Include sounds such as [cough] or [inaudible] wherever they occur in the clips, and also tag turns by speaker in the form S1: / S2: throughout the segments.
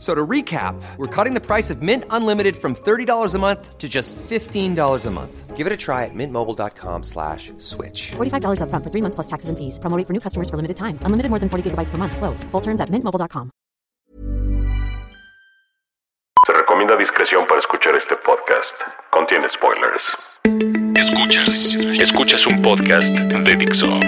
S1: So to recap, we're cutting the price of Mint Unlimited from $30 a month to just $15 a month. Give it a try at mintmobile.com slash switch.
S2: $45 upfront for three months plus taxes and fees. Promote for new customers for limited time. Unlimited more than 40 gigabytes per month. Slows. Full terms at mintmobile.com.
S3: Se recomienda discreción para escuchar este podcast. Contiene spoilers.
S4: Escuchas, escuchas un podcast de Dixo.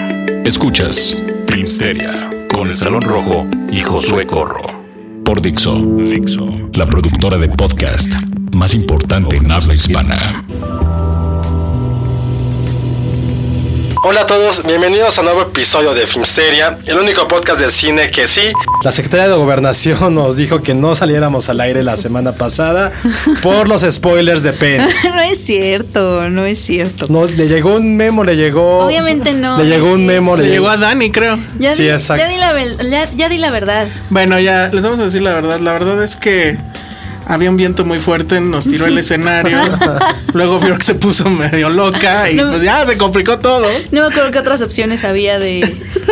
S4: Escuchas Filmsteria con el Salón Rojo y Josué Corro. Por Dixo, Dixo, la productora de podcast más importante en habla hispana.
S5: Hola a todos, bienvenidos a un nuevo episodio de Filmsteria, el único podcast de cine que sí. La Secretaría de Gobernación nos dijo que no saliéramos al aire la semana [laughs] pasada por los spoilers de Penn.
S6: [laughs] No es cierto, no es cierto.
S5: No, le llegó un memo, le llegó.
S6: Obviamente no.
S5: Le llegó un memo, le,
S7: Le
S5: llegó.
S7: llegó a Dani, creo.
S6: Ya,
S5: Sí,
S6: di,
S5: exacto.
S6: ya di la, vel- ya- ya di la verdad.
S7: Bueno, ya les vamos a decir la verdad. La verdad es que había un viento muy fuerte, nos tiró
S5: [laughs]
S7: el escenario. Luego Bjork se puso medio loca y
S6: No.
S7: pues ya se complicó todo.
S6: No me acuerdo qué otras opciones había de,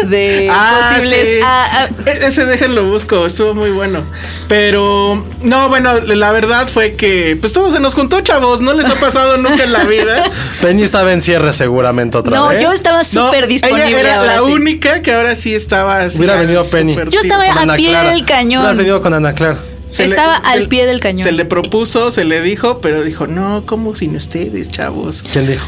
S5: [laughs]
S6: de
S7: Ah,
S6: Eh, posibles.
S7: sí.
S6: ah, ah,
S7: E- Ese déjenlo busco, estuvo muy bueno. Pero no, bueno, la verdad fue que pues todo se nos juntó, chavos. No les ha pasado nunca en la vida.
S5: Penny estaba en cierre seguramente otra
S6: no,
S5: vez.
S6: [laughs] yo estaba
S7: No,
S6: súper disponible.
S7: Ella era
S6: ahora
S7: la
S6: sí.
S7: única que ahora sí estaba así.
S5: Hubiera
S7: al
S5: venido Penny.
S7: súper
S6: Yo estaba
S7: tiro.
S5: Con
S6: al pie
S5: Clara.
S6: del cañón.
S5: ¿No has venido con Ana Clara?
S7: le-
S6: Estaba al pie del cañón.
S7: Se le propuso, se le dijo, pero dijo, no, ¿cómo sin ustedes, chavos?
S5: ¿Quién dijo?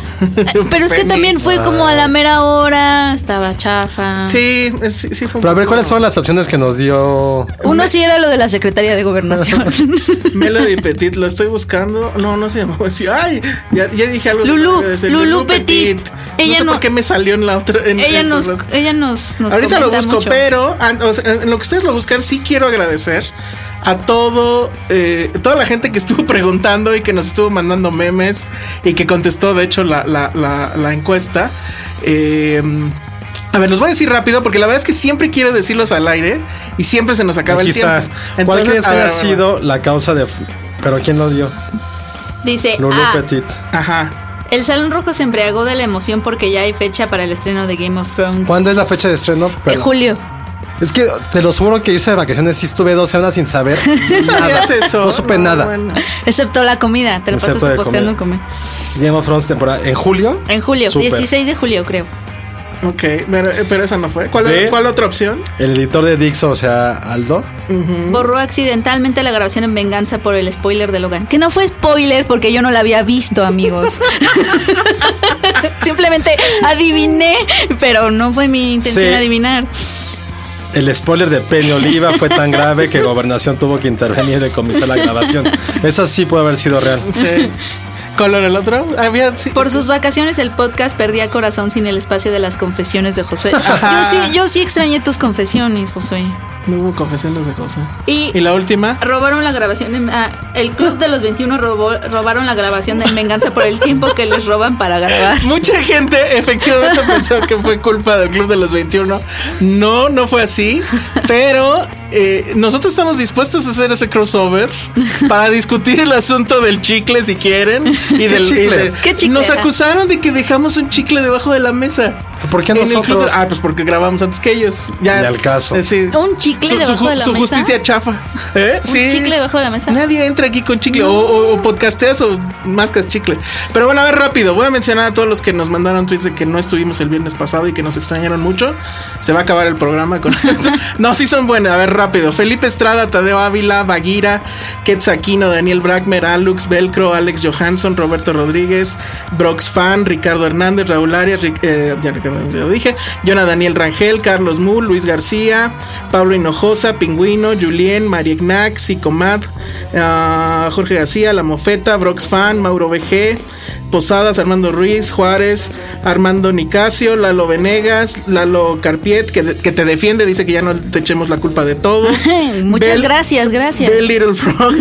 S6: Pero es que también fue como a la mera hora, estaba chafa.
S7: Sí, es- sí, sí fue un
S5: Pero a ver,
S7: poco-
S5: ¿cuáles fueron las opciones que nos dio?
S6: Uno sí era lo de la Secretaría de
S5: [laughs]
S6: Gobernación. [laughs]
S7: Melody Petit, lo estoy buscando. No, no se llamaba así. Ay, ya, ya dije algo. que
S6: Lulú,
S7: no debía decir.
S6: Lulú Petit.
S7: no
S6: Ella
S7: sé
S6: no-
S7: por qué me salió en la otra. en-
S6: ella,
S7: en su
S6: nos,
S7: red.
S6: ella nos, nos
S7: Ahorita lo
S6: comenta
S7: busco,
S6: mucho.
S7: pero an- o sea, en lo que ustedes lo buscan, sí quiero agradecer a todo, eh, toda la gente que estuvo [laughs] preguntando y que nos estuvo mandando memes y que contestó, de hecho, la, la- la- la encuesta. Eh, a ver, los voy a decir rápido porque la verdad es que siempre quiero decirlos al aire y siempre se nos acaba
S5: Aquí
S7: el tiempo.
S5: está. ¿Cuál
S7: Entonces,
S5: crees que
S7: a ver,
S5: haya
S7: a ver, a ver.
S5: sido la causa de.? ¿Pero quién lo dio?
S6: Dice,
S5: Lulú
S6: ah,
S5: Petit.
S7: Ajá.
S6: el Salón Rojo se embriagó de la emoción porque ya hay fecha para el estreno de Game of Thrones.
S5: ¿Cuándo es la fecha de estreno?
S6: En
S5: Perdón.
S6: julio.
S5: Es que te los juro que irse de vacaciones sí estuve dos semanas sin
S7: [laughs]
S5: saber [laughs] nada.
S7: ¿Sabías eso?
S5: No supe nada.
S7: bueno.
S6: Excepto la comida, te la
S5: Excepto
S6: pasaste
S5: de
S6: posteando comer.
S5: Game of Thrones temporada en julio.
S6: En julio,
S5: Súper.
S6: 16 de julio creo.
S7: Ok, pero, pero esa no fue. ¿Cuál,
S5: ¿Ve?
S7: ¿Cuál otra opción?
S5: El editor de Dixo, o sea, Aldo.
S6: Borró accidentalmente la grabación en venganza por el spoiler de Logan. Que no fue spoiler porque yo no la había visto, amigos. Simplemente adiviné, pero no fue mi intención
S5: Sí.
S6: adivinar.
S5: El spoiler de Peña Oliva fue tan grave que Gobernación tuvo que intervenir y decomisar la grabación. Esa sí puede haber sido real.
S7: Sí. [laughs] ¿Cuál era el otro? Había. sí.
S6: Por sus vacaciones el podcast perdía corazón sin el espacio de las confesiones de Josué. Yo sí, yo sí extrañé tus confesiones, Josué.
S7: No hubo confesiones de José.
S6: Y-
S7: ¿Y la última?
S6: Robaron la grabación. en- ah, el club de los 21 robó- robaron la grabación de En Venganza por el tiempo que les roban
S5: [laughs]
S6: para grabar.
S7: Mucha gente
S6: [laughs]
S7: efectivamente pensó que fue culpa del Club de los 21. No, no fue así. Pero eh, nosotros estamos dispuestos a hacer ese crossover para discutir el asunto del chicle si quieren.
S6: [laughs]
S7: Y del y
S5: chicle?
S7: de-
S6: ¿Qué chicle
S7: Nos
S6: era?
S7: acusaron de que dejamos un chicle debajo de la mesa.
S5: ¿Por qué
S7: En el club de-
S5: nosotros?
S7: ah, pues porque grabamos antes que ellos. Ya,
S5: Ni al caso.
S7: Eh, sí.
S6: ¿Un chicle
S7: Su- su
S6: debajo
S7: ju-
S6: de la
S7: su
S6: mesa?
S7: justicia chafa. ¿Eh?
S6: ¿Un chicle debajo de la mesa?
S7: Nadie entra aquí con chicle o, o, o podcasteas o mascas chicle. Pero bueno, a ver rápido. Voy a mencionar a todos los que nos mandaron tweets de que no estuvimos el viernes pasado y que nos extrañaron mucho. Se va a acabar el programa
S6: [laughs]
S7: con esto. No, sí son buenas. A ver rápido. Felipe Estrada, Tadeo Ávila, Baguira, Quetzaquino, Daniel Brackmer, Alux Velcro, Alex Johansson, Roberto Rodríguez, Brox Fan, Ricardo Hernández, Raúl Arias, Ric- eh, ya, Ricardo ya lo dije. Jonah Daniel Rangel, Carlos Mu, Luis García, Pablo Hinojosa, Pingüino, Julien, Mariek Mac, Psicomad, ah, Jorge García, La Mofeta, Brox Fan, Mauro BG, Posadas, Armando Ruiz, Juárez, Armando Nicasio, Lalo Venegas, Lalo Carpiet, que, de- que te defiende, dice que ya no te echemos la culpa de todo.
S6: [laughs] Muchas
S7: Bel-
S6: gracias, gracias.
S7: Bel Little
S6: [laughs]
S7: Frog,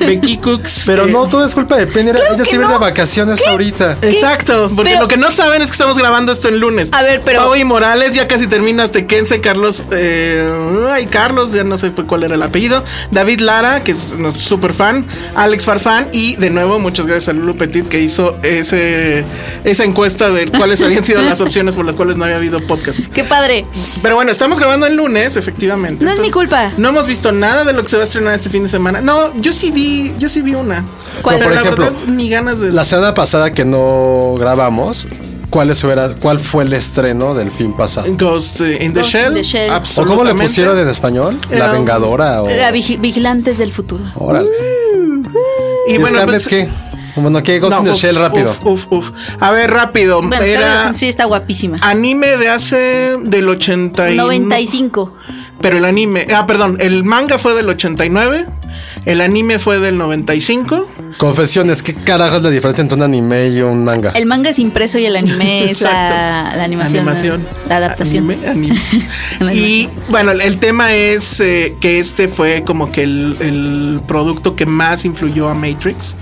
S7: Becky Cooks.
S5: Pero
S7: eh,
S5: no todo es culpa de Penny. Ella se
S6: que
S5: va a ir de
S6: no.
S5: vacaciones ahorita.
S7: Exacto, porque
S6: Pero-
S7: lo que no saben es que estamos grabando esto en lunes.
S6: A ver, pero-
S7: Pau y Morales ya casi termina Aztequense, Carlos. Eh, ay, Carlos, ya no sé cuál era el apellido. David Lara, que es nuestro super fan. Alex Farfán. Y de nuevo, muchas gracias a Lulu Petit que hizo ese, esa encuesta de cuáles habían
S6: [laughs]
S7: sido las opciones por las cuales no había habido podcast.
S6: Qué padre.
S7: Pero bueno, estamos grabando el lunes, efectivamente.
S6: No es mi culpa.
S7: No hemos visto nada de lo que se va a estrenar este fin de semana. No, yo sí vi, yo sí vi una.
S6: ¿Cuál?
S7: Pero
S5: Por
S7: la
S5: ejemplo,
S7: verdad, ni ganas de.
S5: La semana pasada que no grabamos, ¿cuál, es- era- cuál fue el estreno del fin pasado?
S7: Ghost in the
S6: Ghost
S7: Shell.
S6: in the
S5: ¿O cómo
S6: Shell.
S5: le
S7: absolutamente.
S5: pusieron en español? ¿La
S7: Era un-
S5: Vengadora? O...
S7: Oh.
S6: La vigi- vigilantes del futuro.
S5: Órale.
S6: Mm.
S7: Y
S5: ¿Y
S7: bueno,
S5: Scarlett
S7: pues-
S5: qué? Bueno, ¿qué? Ghost
S7: No,
S5: in the
S7: uf,
S5: Shell rápido.
S7: Uf, uf, uf. A ver, rápido.
S6: Bueno, Scarlett
S7: Era
S6: Johansson sí está guapísima.
S7: anime de hace del 80 y-
S6: 95.
S7: Pero el anime, ah, perdón, el manga fue del 89, el anime fue del 95.
S5: Confesiones, ¿qué carajo es la diferencia entre un anime y un manga?
S6: El manga es impreso y el anime es la, la animación.
S7: Animación.
S6: La adaptación.
S7: Anime, anime.
S6: [laughs] La
S7: y bueno, el- el tema es eh, que este fue como que el, el producto que más influyó a Matrix.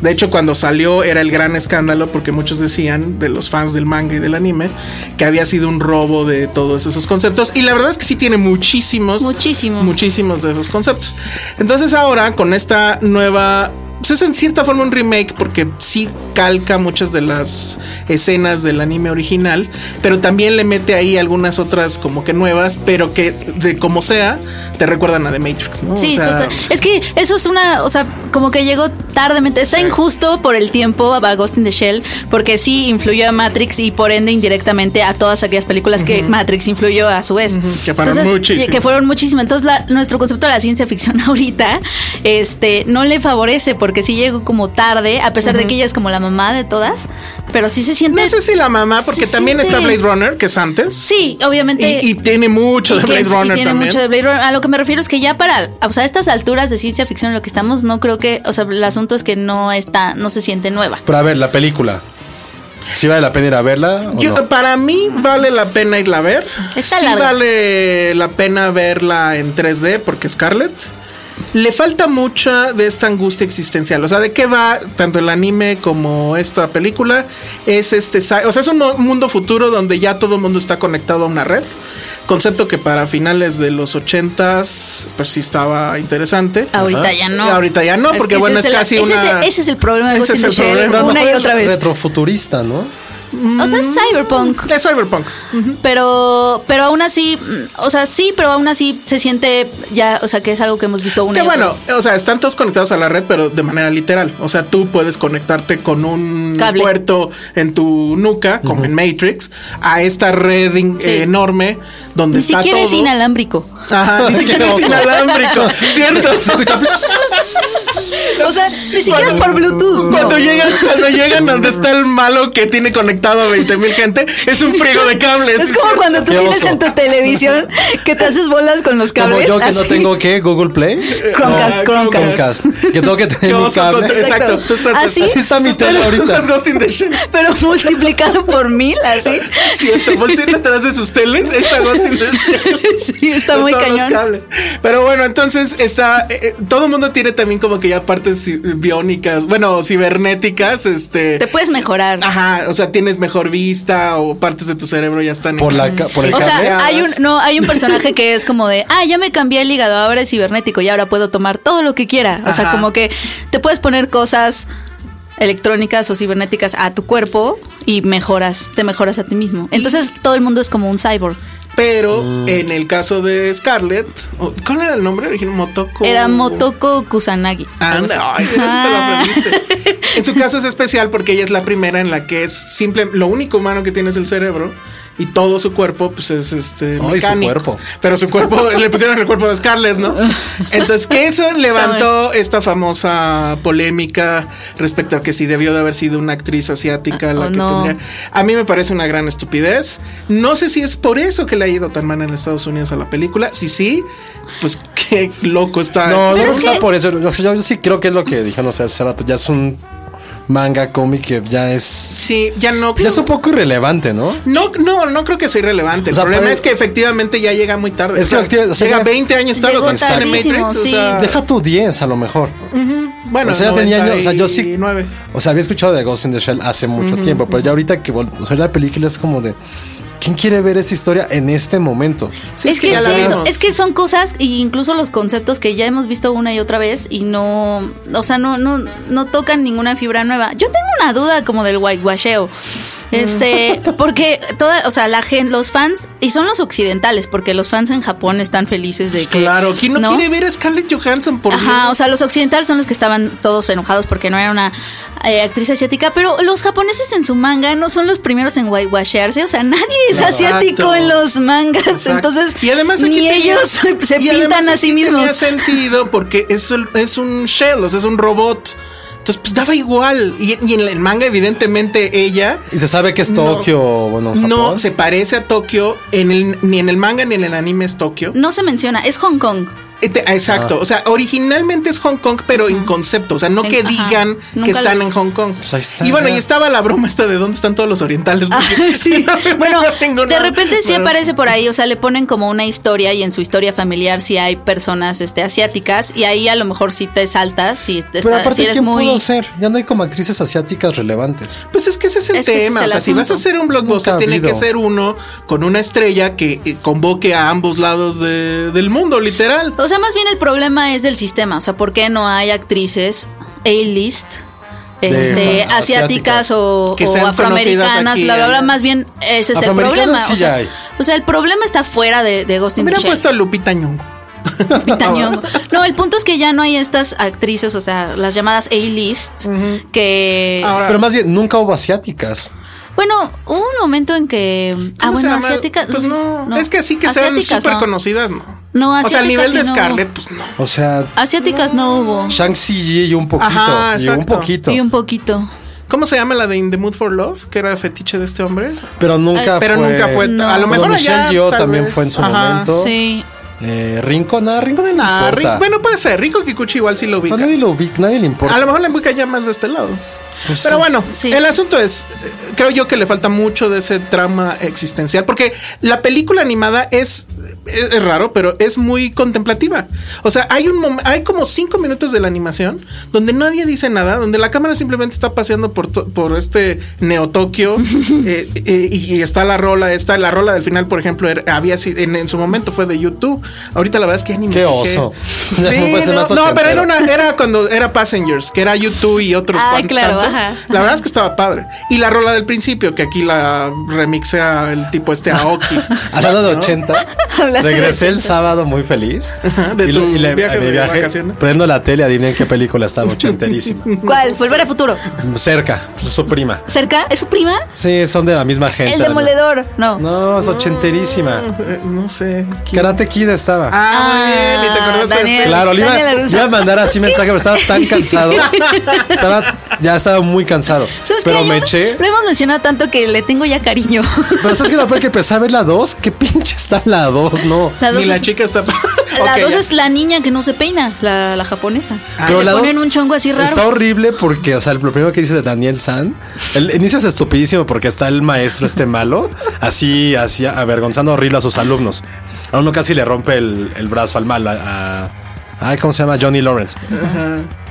S7: De hecho, cuando salió era el gran escándalo porque muchos decían, de los fans del manga y del anime, que había sido un robo de todos esos conceptos. Y la verdad es que sí tiene muchísimos.
S6: Muchísimos.
S7: Muchísimos de esos conceptos. Entonces ahora con esta nueva... Pues es en cierta forma un remake porque sí calca muchas de las escenas del anime original, pero también le mete ahí algunas otras como que nuevas, pero que de como sea te recuerdan a The Matrix, ¿no?
S6: Sí,
S7: O sea,
S6: total. Es que eso es una, o sea, como que llegó tardemente. Está injusto por el tiempo a Ghost in the Shell, porque sí influyó a Matrix y por ende indirectamente a todas aquellas películas que Matrix influyó a su vez.
S7: que fueron muchísimas.
S6: y Que fueron muchísimas. Entonces, la- nuestro concepto de la ciencia ficción [laughs] ahorita este, no le favorece, porque sí llegó como tarde, a pesar de que ella es como la mamá de todas, pero sí se siente.
S7: No sé si la mamá, porque
S6: se
S7: también está
S6: siente-
S7: Blade Runner, que es antes.
S6: Sí, obviamente.
S7: Y, y tiene mucho
S6: Y
S7: de Blade
S6: tiene- y
S7: Runner
S6: tiene
S7: también.
S6: mucho de Blade Runner. A lo que me refiero es que ya para, o sea, a estas alturas de ciencia ficción en lo que estamos, no creo que, o sea, el asunto es que no está, no se siente nueva.
S5: Pero a ver, la película. ¿Sí vale la pena ir a verla? o
S7: Yo-
S5: no?
S7: Para mí vale la pena irla a ver.
S6: Está
S7: sí
S6: larga.
S7: vale la pena verla en 3D porque Scarlett. Le falta mucha de esta angustia existencial. O sea, ¿de qué va tanto el anime como esta película? Es este. sci- O sea, es un mo- mundo futuro donde ya todo el mundo está conectado a una red. Concepto que para finales de los 80s, pues sí estaba interesante.
S6: Ahorita ya no.
S7: Ahorita ya no, porque
S6: que
S7: bueno,
S6: ese
S7: es
S6: el-
S7: casi
S6: ese
S7: una-
S6: Es el, ese es el problema de
S7: Ese
S6: Ghost in
S7: es
S6: the
S7: el
S6: Shell,
S7: problema. Mm.
S6: una y otra vez.
S5: Retrofuturista, ¿no?
S6: O sea, es cyberpunk.
S7: Es cyberpunk.
S6: Pero, pero aún así, mm, o sea, sí, pero aún así se siente ya, o sea, que es algo que hemos visto una
S7: Que
S6: y otra
S7: bueno,
S6: vez.
S7: o sea, están todos conectados a la red, pero de manera literal. O sea, tú puedes conectarte con un
S6: Cable.
S7: puerto en tu nuca, como en Matrix, a esta red in-
S6: Sí.
S7: eh, enorme donde
S6: Ni
S7: está
S6: siquiera es
S7: todo.
S6: inalámbrico. [laughs]
S7: Ajá, ni siquiera es inalámbrico, ¿cierto?
S5: pues,
S6: O sea, ni siquiera es por Bluetooth.
S7: Cuando
S6: no.
S7: llegan, cuando llegan donde está el malo que tiene conectado a 20 mil gente, es un frigo de cables.
S6: Es
S7: ¿sí
S6: como
S7: cierto?
S6: cuando tú
S5: Qué
S6: tienes
S5: oso.
S6: en tu televisión que te haces bolas con los
S5: Como
S6: cables. ¿Ah,
S5: yo que no
S6: así.
S5: tengo qué, Google Play.
S6: [laughs] Chromecast,
S7: Ah,
S6: Chromecast.
S5: Chromecast. Que tengo
S7: [laughs]
S5: que
S7: Qué
S5: tener mi
S7: oso
S5: cable.
S7: contra- Exacto.
S6: Exacto.
S7: Tú estás,
S6: ¿Así?
S7: estás-
S5: Así está mi
S7: tú estás-
S5: tele
S7: tú
S5: ahorita.
S7: estás Ghost in the Shell.
S6: Pero [laughs] multiplicado por mil, así.
S7: Cierto, volteen atrás de sus teles. ahí Está Ghost in the Shell.
S6: [laughs] Sí, está muy
S7: Todos los
S6: cañón.
S7: cables. Pero bueno, entonces está. eh, eh, todo el mundo tiene también como que ya partes ci- eh, biónicas, bueno, cibernéticas, este.
S6: Te puedes mejorar.
S7: Ajá, o sea, tienes mejor vista o partes de tu cerebro ya están.
S5: Por la ca- por el
S6: O
S5: cable.
S6: sea, Ah, hay un, no, hay
S7: [laughs]
S6: un personaje que es como de, ah, ya me cambié el hígado, ahora es cibernético y ahora puedo tomar todo lo que quiera. O sea,
S7: Ajá.
S6: como que te puedes poner cosas electrónicas o cibernéticas a tu cuerpo y mejoras, te mejoras a ti mismo. Entonces todo el mundo es como un cyborg.
S7: Pero
S5: Mm.
S7: en el caso de Scarlett, o- ¿cuál era el nombre original? Motoko.
S6: Era Motoko Kusanagi.
S7: Anda, Ah, ay,
S6: Ah.
S7: mira, sí te lo aprendiste. En su caso es especial porque ella es la primera en la que es simple, lo único humano que tiene es el cerebro y todo su cuerpo pues es este
S5: Oh, y su
S7: mecánico.
S5: cuerpo.
S7: Pero su
S5: [laughs]
S7: cuerpo le pusieron el cuerpo de Scarlett, ¿no? Entonces, que eso levantó esta famosa polémica respecto a que si debió de haber sido una actriz asiática
S6: Ah,
S7: la
S6: oh,
S7: que
S6: no.
S7: tendría. A mí me parece una gran estupidez. No sé si es por eso que le ha ido tan mal en Estados Unidos a la película. Si sí, pues qué loco está.
S5: No, no
S6: Pero
S5: creo
S6: es
S5: que sea
S6: que-
S5: por eso. O sea, yo, yo sí creo que es lo que dijeron, o sea, hace rato. Ya es un manga cómic que ya es.
S7: Sí, ya no.
S5: Ya es un poco irrelevante, ¿no?
S7: No, no, no creo que sea irrelevante. El
S5: O sea,
S7: problema
S5: pero-
S7: es que efectivamente ya llega muy tarde.
S5: Es que activa- o sea,
S7: llega
S5: ya-
S7: 20 años tarde
S6: Llegó
S7: cuando sale
S6: tardísimo,
S7: Matrix.
S6: sí.
S7: O sea,
S5: Deja tu 10 a lo mejor.
S7: bueno,
S5: o sea, ya tenía yo, o sea, yo sí.
S7: 99.
S5: O sea, había escuchado de Ghost in the Shell hace mucho tiempo, pero ya ahorita que vol- o sea, la película es como de ¿quién quiere ver esa historia en este momento?
S7: Sí,
S6: es que,
S7: ya la
S6: sí,
S7: vimos.
S6: es que son cosas e incluso los conceptos que ya hemos visto una y otra vez y no, o sea, no, no, no tocan ninguna fibra nueva. Yo tengo una duda como del whitewasheo.
S7: Mm. [laughs]
S6: Este, porque toda, o sea, la gen- los fans, y son los occidentales, porque los fans en Japón están felices de que.
S7: Pues Claro, ¿quién no, quiere ver a Scarlett Johansson por
S6: Ajá,
S7: Dios?
S6: o sea, los occidentales son los que estaban todos enojados porque no era una eh, actriz asiática, pero los japoneses en su manga no son los primeros en whitewashearse, o sea, nadie es
S7: Exacto.
S6: asiático en los mangas,
S7: Exacto.
S6: entonces
S7: y además
S6: ni
S7: aquí tenía-
S6: ellos se
S7: y además
S6: pintan a
S7: aquí
S6: sí mismos.
S7: Tenía sentido porque es, un- es un shell, o sea, es un robot. Entonces, pues daba igual. Y, y en el manga, evidentemente, ella
S5: Y se sabe que es Tokio, bueno, Japón.
S7: no se parece a Tokio. En el, ni en el manga ni en el anime es Tokio.
S6: No se menciona, es Hong
S7: [laughs]
S6: Kong.
S7: Este, ah, Exacto, o sea, originalmente es Hong Kong, pero en concepto, o sea, no
S6: En-
S7: que
S6: ajá.
S7: digan
S6: Nunca
S7: que
S6: lo
S7: están en
S6: dicen.
S7: Hong Kong.
S5: Pues ahí está.
S7: Y bueno, y estaba la broma esta de dónde están todos los orientales.
S6: Ah, [laughs]
S7: porque
S6: sí.
S7: [laughs] no se
S6: bueno,
S7: mueve ninguna-
S6: de repente sí
S7: Bueno,
S6: aparece por ahí, o sea, le ponen como una historia y en su historia familiar sí hay personas este, asiáticas y ahí a lo mejor sí te saltas si, te
S5: Pero
S6: está- si
S5: aparte,
S6: eres
S5: ¿quién
S6: muy...
S5: pudo ser? Ya no hay como actrices asiáticas relevantes.
S7: Pues es que ese es el
S6: Es que ese
S7: tema,
S6: es el
S7: o sea, si
S6: asunto.
S7: vas a hacer un blockbuster,
S5: Nunca ha
S7: tiene que
S5: habido.
S7: ser uno con una estrella que eh, convoque a ambos lados de- del mundo, literal.
S6: O sea, más bien el problema es del sistema. O sea, ¿por qué no hay actrices A-list?
S5: De-
S6: Este,
S5: Ajá,
S6: asiáticas
S5: asiáticas.
S6: o,
S7: Que
S6: o
S7: sean conocidas
S6: afroamericanas,
S7: aquí,
S6: bla, bla, bla.
S7: ¿no?
S6: Más bien, ese es el
S5: Afroamericanas
S6: problema.
S5: sí
S6: o, sea,
S5: hay.
S6: o sea, el problema está fuera de, de Ghost in the
S7: Hubieran
S6: Shell. [laughs]
S7: puesto a Lupita Nyong'o.
S6: Tañón. No, el punto es que ya no hay estas actrices, o sea, las llamadas A-list, que.
S7: Ahora,
S5: Pero más bien, nunca hubo asiáticas.
S6: Bueno, hubo un momento en que. Ah,
S7: ¿cómo se
S6: bueno,
S7: llama?
S6: asiáticas.
S7: Pues no, es que así que sean
S6: Asiáticas,
S7: súper
S6: no.
S7: conocidas, no.
S6: No,
S7: o sea,
S6: asiáticas
S7: al nivel
S6: sí
S7: de
S6: no.
S7: Scarlett, pues no.
S5: O sea,
S6: Asiáticas no, hubo.
S5: Shang-Chi y un poquito.
S7: Ajá,
S5: y un
S7: exacto.
S5: poquito.
S6: Y un poquito.
S7: ¿Cómo se llama la de In the Mood for Love? Que era el fetiche de este hombre.
S5: Pero nunca
S7: Pero
S5: fue.
S7: nunca fue.
S6: No.
S7: A lo
S5: Bueno,
S7: mejor
S5: Michelle
S7: allá,
S5: Yeoh
S7: tal
S5: también
S7: vez.
S5: fue en su
S7: Ajá.
S5: momento.
S6: Sí.
S5: Eh, Rinco, nada, Rinco no
S7: Ah, Rick-
S5: importa.
S7: bueno, puede ser. Rico Kikuchi igual sí
S5: No,
S7: lo ubica.
S5: nadie lo ubica, nadie le importa.
S7: A lo mejor la ubica ya más de este lado.
S5: Pues
S7: Pero
S5: sí.
S7: bueno,
S6: Sí.
S7: el asunto es, eh, creo yo que le falta mucho de ese trama existencial, porque la película animada es, es, es raro, pero es muy contemplativa. O sea, hay un mom- hay como cinco minutos de la animación donde nadie dice nada, donde la cámara simplemente está paseando por, to- por este Neo
S5: [laughs]
S7: Tokio eh, eh, y, y está la rola, está la rola del final, por ejemplo, era- había sido- en, en su momento fue de YouTube. Ahorita la verdad es que ya ni me
S5: Qué
S7: fijé.
S5: oso. [laughs]
S7: Sí,
S5: Ya no puede ser más
S7: no, no, pero
S5: ochentero.
S7: era una era cuando era Passengers, que era YouTube y otros
S6: Ah,
S7: cuantos
S6: claro,
S7: tantos.
S6: ajá.
S7: La verdad es que estaba padre. Y la rola del principio, que aquí la remixea el tipo
S5: [laughs]
S7: este Aoki.
S5: Hablando de 80,
S6: Hablando de
S5: regresé el sábado muy feliz.
S7: de tu
S5: le-
S7: viaje
S5: a mi
S7: de vacaciones.
S5: Prendo la tele, adivinen qué película estaba ochenterísima.
S7: pues
S6: ¿Cuál? Volver a futuro.
S5: Cerca, su prima.
S6: ¿Cerca? ¿Es su prima?
S5: Sí, son de la misma gente.
S6: El
S5: la-
S6: demoledor. No.
S5: No, es ochenterísima.
S7: Eh, No sé. ¿quién?
S5: Karate Kid estaba.
S7: Ah, muy bien. Y te
S6: Ah,
S7: acordaste de
S6: Daniel.
S7: Fred.
S5: Claro, le iba,
S6: Daniel Aruso.
S5: le iba a mandar así mensaje, pero estaba tan cansado. Estaba, ya estaba muy cansado.
S6: ¿Sabes qué?
S5: Pero
S6: Yo
S5: me
S6: no-
S5: eché.
S6: Lo hemos mencionado tanto que le tengo ya cariño. [laughs]
S5: Pero estás que la peor que empecé a ver la 2. ¿Qué pinche está la 2? No.
S6: La dos
S7: Ni la
S6: es-
S7: chica está.
S6: La
S7: Ok,
S6: dos
S7: ya. Ah,
S6: es la niña que no se peina, la, la japonesa.
S5: Pero
S6: le
S5: la dos-
S6: ponen un chongo así raro.
S5: Está horrible porque, o sea, lo primero que dice de Daniel San, el inicio es estupidísimo porque está el maestro este malo, así, así avergonzando horrible a sus alumnos. A uno casi le rompe el, el brazo al malo, a, a- ay, ¿cómo se llama? Johnny Lawrence.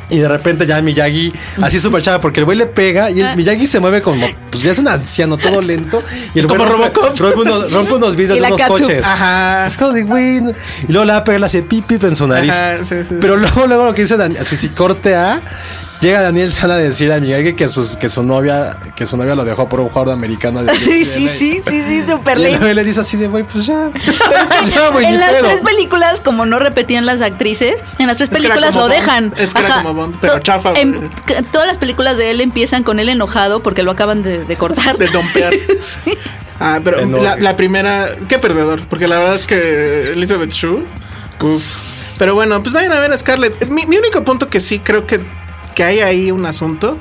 S5: Y de repente ya Miyagi, así súper chava, porque el güey le pega y
S6: Ah.
S5: el Miyagi se mueve como, pues ya es un anciano todo lento. Y el güey
S7: Como
S5: rompe,
S7: Robocop.
S5: rompe unos, rompe unos vidrios
S6: [laughs]
S5: de
S6: Y la
S5: unos
S6: Katsu.
S5: coches.
S7: Ajá.
S5: Es como de, güey. no- Y luego le va a pegar así, pip, pip en su nariz.
S7: Ajá, sí, sí, sí.
S5: Pero luego, luego lo que dice Daniel, así si corte A, llega Daniel Sana a decir a Miguel que, sus, que su novia, que su novia lo dejó por un jugador americano.
S7: [laughs]
S5: de
S6: [laughs] Sí,
S5: 17
S7: eh.
S6: sí, sí, sí, sí, súper
S5: Y el
S6: lame.
S5: güey le dice así de, güey, pues
S7: [laughs]
S5: ya. [laughs] ya, güey,
S6: En
S5: ni
S6: las
S5: pedo".
S6: tres películas, como no repetían las actrices, en las tres
S7: Es que era
S6: películas
S7: como
S6: lo
S7: Bond.
S6: dejan.
S7: Es que era como Bond, pero
S6: To- em,
S7: chafa, güey.
S6: en- c- todas las películas de él empiezan con él enojado porque lo acaban de, de cortar.
S7: De dompear.
S6: [laughs] Sí.
S7: Ah, pero
S5: Enorme.
S7: la, la primera, qué perdedor, porque la verdad es que Elizabeth Shue. Uf. Pero bueno, pues vayan a ver a Scarlett. Mi, mi único punto que sí creo que, que hay ahí un asunto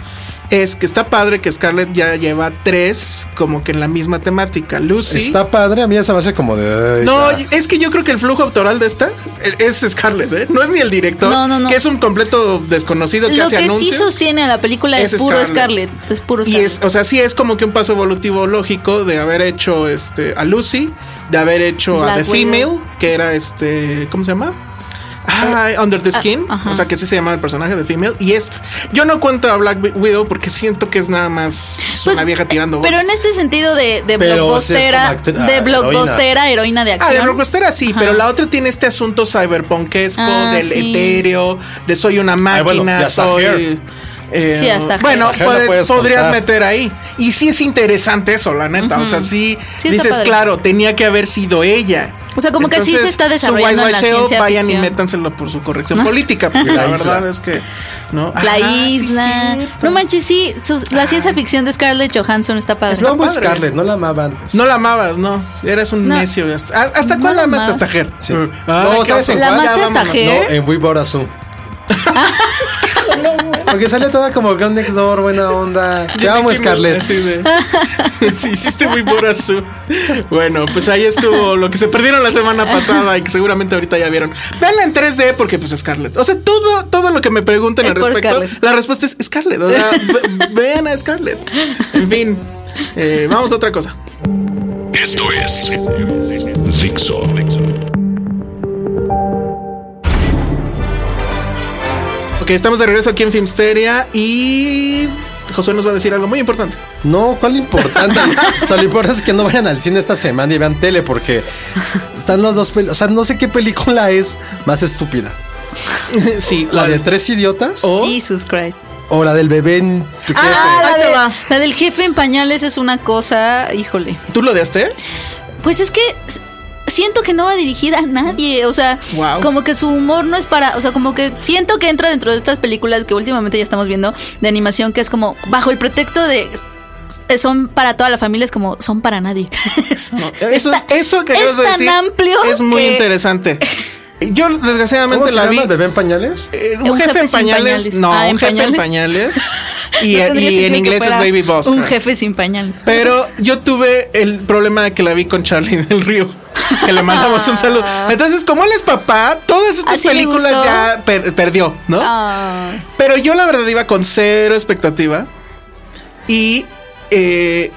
S7: es que está padre que Scarlett ya lleva tres, como que en la misma temática. Lucy.
S5: Está padre, a mí ya se me hace como de. ay,
S7: No,
S5: ya.
S7: es que yo creo que el flujo autoral de esta es Scarlett, ¿eh? No es ni el director,
S6: No, no, no.
S7: que es un completo desconocido que
S6: Lo
S7: hace
S6: que sí
S7: anuncios.
S6: sostiene a la película es,
S7: es
S6: puro
S7: Scarlett.
S6: Scarlett. Es puro
S7: y
S6: Scarlett.
S7: es, o sea, sí es como que un paso evolutivo lógico de haber hecho este a Lucy, de haber hecho a
S6: Black
S7: The
S6: Widow.
S7: Female, que era este, ¿cómo se llama? Ah, Under the Skin,
S6: Eh, ajá.
S7: o sea que ese se llama el personaje de Female y esto. Yo no cuento a Black Widow porque siento que es nada más
S6: Pues,
S7: una vieja tirando.
S6: Pero
S7: bolas.
S6: en este sentido de,
S5: Pero
S6: de
S5: sí es como
S6: blockbustera,
S5: actri-
S6: de
S5: ah,
S6: blockbustera, heroína de
S7: Ah,
S6: acción.
S7: de blockbuster sí, pero la otra tiene este asunto cyberpunkesco,
S6: Ah,
S7: del
S6: sí.
S7: etéreo, de soy una
S5: Ay, bueno,
S7: máquina,
S5: y hasta
S7: soy.
S5: Hair.
S7: eh,
S6: Sí, hasta Hair.
S7: bueno,
S5: Hasta Hair la
S7: puedes-
S5: puedes
S7: podrías
S5: contar.
S7: meter ahí. Y sí es interesante eso, la neta. O sea, sí,
S6: Sí está
S7: dices,
S6: padre.
S7: claro, tenía que haber sido ella.
S6: O sea, como que sí se está
S7: su
S6: desarrollando en la
S7: whitewasheo,
S6: ciencia
S7: Vayan
S6: ficción.
S7: y métanselo por su
S6: [laughs]
S7: corrección política, porque
S5: La
S7: la,
S5: isla.
S7: verdad es que. ¿no?
S6: La
S7: Ah, sí,
S6: isla.
S7: cierto. Ah.
S6: no manches, sí. sus- la ciencia ficción de Scarlett Johansson está padre.
S5: No amo a
S7: padre.
S5: Scarlett, no la amaba antes.
S7: No la amabas, no. Eras un
S6: No.
S7: necio. ¿Hasta, hasta
S6: No
S7: cuándo
S6: la
S7: amaste
S6: amaba.
S7: hasta Ger?
S5: Sí.
S7: Ay,
S5: No,
S7: qué
S5: ¿sabes en
S7: oso.
S6: ¿La
S5: cuál?
S6: amaste
S7: Ya,
S6: hasta
S7: vámonos.
S6: Hair?
S5: No, en We Bought a
S7: [laughs]
S5: Zoo. Porque sale toda como Girl Next Door, buena onda. Te
S7: Ya
S5: amo,
S7: me
S5: Scarlett.
S7: quemé, así de- [laughs] sí, hiciste muy por azul. Bueno, pues ahí estuvo lo que se perdieron la semana pasada y que seguramente ahorita ya vieron. Veanla en 3D porque pues Scarlett. O sea, todo, todo lo que me pregunten
S6: Es
S7: al
S6: por
S7: respecto,
S6: Scarlett.
S7: la respuesta es Scarlett. O sea, ve- vean a Scarlett. En fin, eh, vamos a otra cosa.
S4: Esto es Dixo.
S7: Ok, estamos de regreso aquí en Filmsteria y Josué nos va a decir algo muy importante.
S5: No, ¿cuál
S7: [laughs]
S5: importante? o sea, lo importante es que no vayan al cine esta semana y vean tele porque están las dos películas. O sea, no sé qué película es más estúpida.
S7: Sí,
S5: ¿La de tres idiotas?
S7: Oh.
S5: O,
S6: Jesus Christ.
S5: la del bebé en tu jefe?
S6: Ah, la,
S7: Ahí te
S6: de-
S7: va.
S6: la del jefe en pañales es una cosa, híjole.
S7: ¿Tú lo deaste?
S6: Pues es que s- siento que no va dirigida a nadie, o sea,
S7: Wow.
S6: como que su humor no es para, o sea, como que siento que entra dentro de estas películas que últimamente ya estamos viendo de animación que es como bajo el pretexto de eh, son para toda la familia, es como son para nadie. [laughs]
S7: Eso, es,
S6: Está-
S7: eso que acabas
S6: es
S7: de
S6: tan
S7: decir
S6: amplio
S7: es muy
S6: que-
S7: interesante. Yo
S5: ¿Cómo
S7: desgraciadamente
S5: se
S7: la
S5: llama
S7: vi.
S5: el bebé en pañales?
S7: Eh, un,
S6: Un
S7: jefe,
S6: jefe
S7: en
S6: sin
S7: pañales,
S6: pañales.
S7: no,
S6: Ah,
S7: un
S6: ¿en
S7: jefe en
S6: [laughs]
S7: pañales y, eh,
S6: No tendría
S7: y en
S6: sentido
S7: inglés
S6: que
S7: es
S6: fuera
S7: Baby Boss.
S6: Un
S7: creo.
S6: jefe sin pañales.
S7: Pero yo tuve el problema de que la vi con Charlie del Río, que le mandamos un
S6: [laughs]
S7: saludo. Entonces, como él es papá, todas estas
S6: Así le
S7: películas
S6: gustó.
S7: ya per- perdió, ¿no?
S6: Ah.
S7: Pero yo la verdad iba con cero expectativa. Y eh,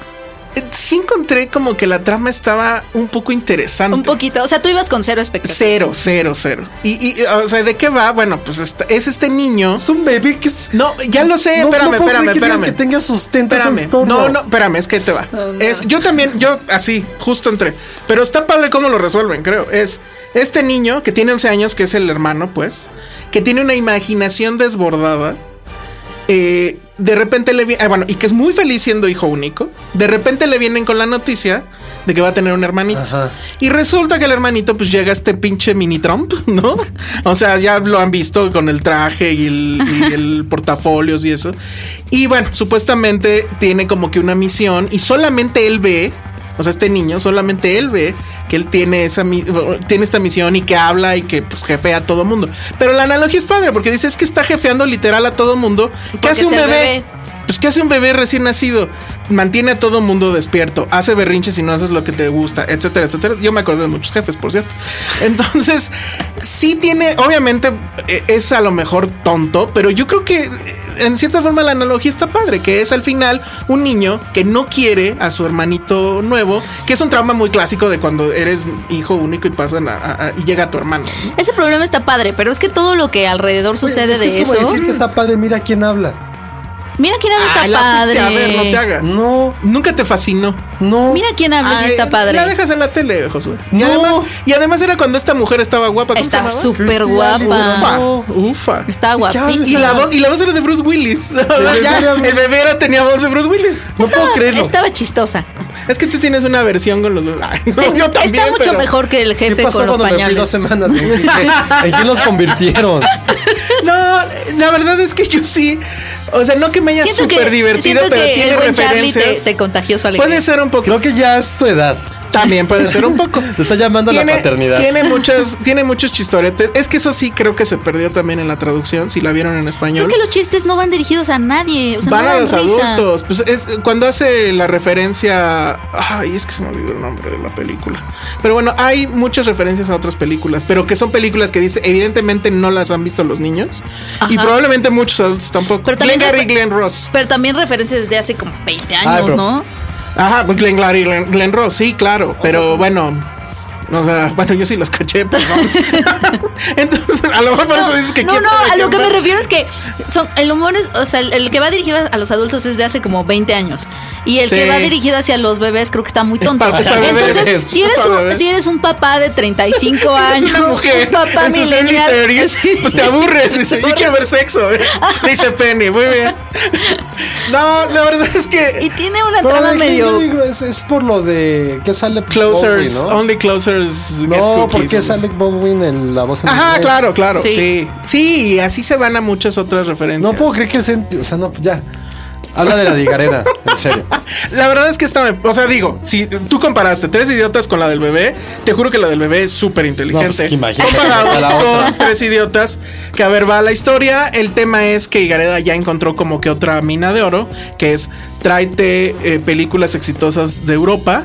S7: sí encontré como que la trama estaba un poco interesante.
S6: un poquito, o sea, tú ibas con cero expectativas.
S7: Cero, cero, cero. Y, y, o sea, ¿de qué va? Bueno, pues esta- es este niño.
S5: Es un bebé que es.
S7: No, ya lo sé,
S5: No,
S7: espérame,
S5: no puedo
S7: espérame,
S5: creer que digan
S7: espérame.
S5: Que tenga sustento. ese
S7: Espérame,
S5: entorno.
S7: no, no, espérame, es que ahí te va.
S6: Oh, no.
S7: Es, yo también, yo así, justo entré. Pero está padre cómo lo resuelven, creo. Es este niño que tiene 11 años, que es el hermano, pues, que tiene una imaginación desbordada. eh, de repente le viene, ah, bueno, y que es muy feliz siendo hijo único. De repente le vienen con la noticia de que va a tener un hermanito.
S5: Ajá.
S7: Y resulta que el hermanito, pues llega este pinche mini Trump, ¿no? O sea, ya lo han visto con el traje y el, y el portafolios y eso. Y bueno, supuestamente tiene como que una misión y solamente él ve. O sea, este niño solamente él ve que él tiene esa mi- tiene esta misión y que habla y que pues jefea a todo mundo. Pero la analogía es padre porque dice es que está jefeando literal a todo mundo. ¿Qué
S6: Porque
S7: hace un
S6: es el
S7: bebé?
S6: bebé.
S7: Pues ¿qué hace un bebé recién nacido? Mantiene a todo mundo despierto, hace berrinches y no haces lo que te gusta, etcétera, etcétera. Yo me acordé de muchos jefes, por cierto. [laughs] Entonces, sí tiene, obviamente eh, es a lo mejor tonto, pero yo creo que eh, en cierta forma la analogía está padre, que es al final un niño que no quiere a su hermanito nuevo, que es un trauma muy clásico de cuando eres hijo único y pasan a- a- a- y llega tu hermano. ¿no?
S6: Ese problema está padre, pero es que todo lo que alrededor
S7: Pues
S6: sucede
S5: es que
S6: de
S5: es como
S6: eso.
S5: decir que está padre, mira quién habla.
S6: Mira quién habla
S7: Ay,
S6: está
S7: "Ah, la
S6: padre.
S7: fuiste a ver, no te hagas.
S5: No,
S7: Nunca te fascinó.
S5: no.
S6: Mira [laughs] quién habla sí
S7: Ay,
S6: está padre.
S7: La dejas en la tele, Josué. Y,
S5: No.
S7: además, y además era cuando esta mujer estaba guapa. ¿cómo
S6: Está
S7: se llamaba?
S6: súper
S5: Cristian,
S6: guapa.
S7: Ufa, ufa.
S6: Está
S5: ¿De qué hablas?
S6: guapísima.
S7: Y la, voz, y la voz era de Bruce Willis. [laughs] Ya,
S5: bebé era-
S7: el bebé era, tenía voz de Bruce Willis.
S5: No puedo
S6: Estaba-
S5: creerlo.
S6: Estaba chistosa.
S7: Es que tú tienes una versión con los. Ay, no,
S6: Es-
S7: yo también,
S6: está mucho
S7: pero-
S6: mejor que el
S5: ¿Qué
S6: jefe
S5: pasó
S6: con los
S5: cuando me fui
S6: pañales.
S5: dos semanas? ¿En qué- en qué los
S6: [laughs]
S5: convirtieron?
S7: [laughs] No, la verdad es que yo sí. O sea, no que me haya
S6: Siento que-
S7: súper divertido,
S6: siento
S7: pero
S6: que
S7: tiene
S6: el buen Charlie te-
S7: referencias.
S6: te contagió su alegría.
S7: Puede ser un poco.
S5: Creo que ya es tu edad.
S7: También puede ser un poco.
S5: Te [laughs] está llamando a la paternidad.
S7: Tiene muchas, tiene muchos chistoretes. Es que eso sí creo que se perdió también en la traducción, si la vieron en español.
S6: Es que los chistes no van dirigidos a nadie. o sea,
S7: Van
S6: no
S7: a
S6: dan
S7: los
S6: risa.
S7: adultos. Pues es cuando hace la referencia. Ay, es que se me olvidó el nombre de la película. Pero bueno, hay muchas referencias a otras películas, pero que son películas que dice, evidentemente no las han visto los niños y probablemente muchos adultos tampoco.
S6: Pero
S7: Glenn
S6: también
S7: Gary,
S6: refer-
S7: Glenn Ross.
S6: Pero también referencias de hace como 20 años,
S5: pero-
S6: ¿no?
S7: Ajá, pues Glenn Gary, Glenn, Glenn Ross, sí, claro. Pero bueno.
S6: [laughs]
S7: O sea, bueno, yo sí las caché, perdón. Entonces, a lo mejor por eso dices que
S6: no,
S7: quién
S6: no,
S7: sabe
S6: a lo
S7: qué
S6: que me
S7: onda.
S6: refiero es que son, el humor es, o sea, el, el que va dirigido a los adultos es de hace como 20 años. Y el que
S7: Sí.
S6: va dirigido hacia los bebés creo que está muy
S7: Es
S6: tonto.
S7: para- es para
S6: Entonces,
S7: bebés,
S6: si
S7: es
S6: eres,
S7: para
S6: un,
S7: bebés.
S6: si eres un papá de
S7: [laughs]
S6: 35
S7: Si
S6: años,
S7: eres una mujer
S6: un [laughs] papá
S7: en sus
S6: millennial,
S7: genitales, pues te aburres.
S6: [laughs]
S7: Dice, yo quiero ver sexo. Dice Penny, muy bien. No, la verdad es
S6: y
S7: que
S6: tiene una
S5: Pero
S6: trama
S5: de Glenn
S6: medio...
S5: Gary es, es por lo de que sale
S7: Closers,
S5: Baldwin, ¿no?
S7: Only Closers. get
S5: No,
S7: cookies.
S5: porque es Alec Baldwin en la voz en
S7: Ajá,
S5: inglés.
S7: claro, claro.
S6: Sí.
S7: Sí. sí. y así se van a muchas otras referencias.
S5: No puedo creer que él se... O sea, no, ya. Habla de la digarera, en
S7: [laughs]
S5: serio.
S7: La verdad es que esta, me- o sea, digo, si tú comparaste tres idiotas con la del bebé, te juro que la del bebé es súper inteligente.
S5: No, pues, que imagínate
S7: Comparado
S5: hasta la otra.
S7: con tres idiotas, que a ver, va la historia. El tema es que Igareda ya encontró como que otra mina de oro, que es tráete eh, películas exitosas de Europa.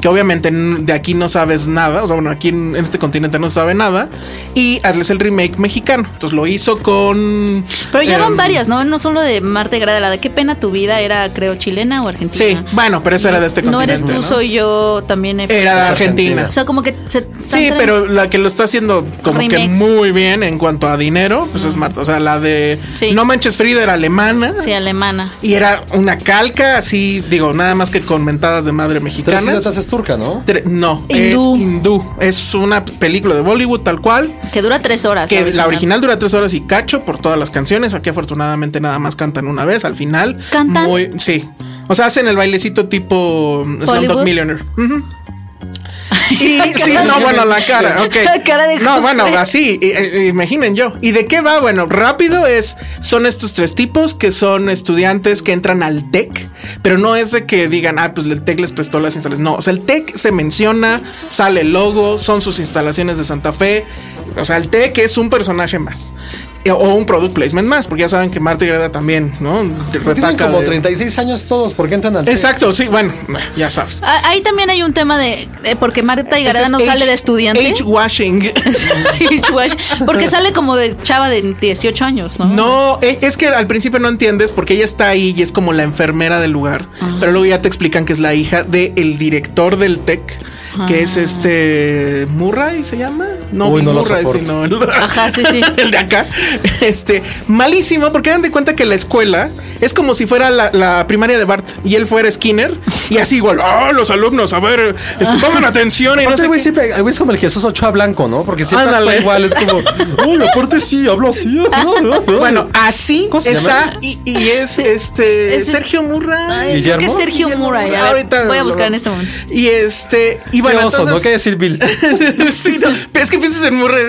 S7: Que obviamente n- de aquí no sabes nada, o sea, bueno, aquí en en este continente no se sabe nada, y hazles el remake mexicano. Entonces lo hizo con.
S6: Pero ya van
S7: em,
S6: varias, ¿no? No solo de Marte Grada, la de qué pena tu vida era, creo, chilena o
S7: Sí,
S6: argentina.
S7: bueno, pero esa era de este
S6: No
S7: continente.
S6: eres tú,
S7: ¿no?
S6: soy yo, también he-
S7: Era de Argentina.
S6: O sea, como que se están
S7: Sí,
S6: tra-
S7: pero la que lo está haciendo como que
S6: Remix.
S7: muy bien en cuanto a dinero, pues es Marta. O sea, la de
S6: Sí.
S7: No Manches Frida era alemana.
S6: Sí, alemana.
S7: Y era una calca, así, digo, nada más que con mentadas de madre mexicana.
S5: Tres idiotas es turca, ¿no?
S7: no,
S6: Hindú.
S7: es hindú. Es una película de Bollywood tal cual.
S6: Que dura tres horas.
S7: Que la original dura tres horas y cacho por todas las canciones. Aquí afortunadamente nada más cantan una vez al final.
S6: ¿Cantan?
S7: Muy- sí. O sea, hacen el bailecito tipo mm, Slumdog
S6: ¿Hollywood?
S7: Millionaire.
S6: [laughs]
S7: Ujú. Y sí, no, bueno, la cara, ok.
S6: [laughs] La cara de
S7: No,
S6: José.
S7: bueno, así, i- i- eh, imaginen yo. ¿Y de qué va? Bueno, rápido es, son estos tres tipos que son estudiantes que entran al TEC, pero no es de que digan, ah, pues el TEC les prestó las instalaciones. No, o sea, el TEC se menciona, sale el logo, son sus instalaciones de Santa Fe. O sea, el TEC es un personaje más. E- O un product placement más, porque ya saben que Marta y Greta también, ¿no?
S5: Tienen
S7: Retaca
S5: como
S7: de-
S5: 36 años todos, porque entran al...
S7: Exacto, sí, bueno, ya sabes.
S6: A- Ah, Ahí también hay un tema de, de porque Marta y
S7: Ese es
S6: no
S7: age-
S6: sale de estudiante.
S7: Age washing.
S6: [laughs] Age wash. [laughs] porque sale como de chava de 18 años, ¿no?
S7: No, e- es que al principio no entiendes porque ella está ahí y es como la enfermera del lugar,
S6: Ah.
S7: pero luego ya te explican que es la hija del director del TEC, que
S6: Ah.
S7: es este Murray se llama, no
S5: Uy, no lo
S7: Murray,
S5: soporto.
S7: sino
S6: [laughs]
S7: el,
S6: Ajá, sí, sí.
S7: [laughs] el de acá, este malísimo porque dan de cuenta que la escuela es como si fuera la, la primaria de Bart y él fuera Skinner y así igual, ah, los alumnos, a ver, este, pongan atención y no
S5: Aparte,
S7: sé
S5: güey,
S7: qué.
S5: siempre- el güey es como el Jesús Ochoa Blanco, ¿no? Porque siempre
S7: Ándale.
S5: actúa igual, es como... Uy, aparte sí, hablo así.
S7: [laughs] Bueno, ah, así
S5: ¿Cómo se
S7: está
S5: llama?
S7: y, y
S6: [laughs]
S7: es este
S6: Es-
S7: Sergio Murray.
S6: Ay, creo que es
S5: ¿Guillermo?
S6: Sergio Murray. A ver,
S7: Ahorita
S6: voy a
S7: lo-
S6: buscar en este momento.
S7: Y este,
S5: Qué
S7: y bueno,
S5: oso, ¿no?
S7: entonces-
S5: ¿Qué decir, Bill?
S7: [laughs] Sí, no, pero es que piensas en Murray.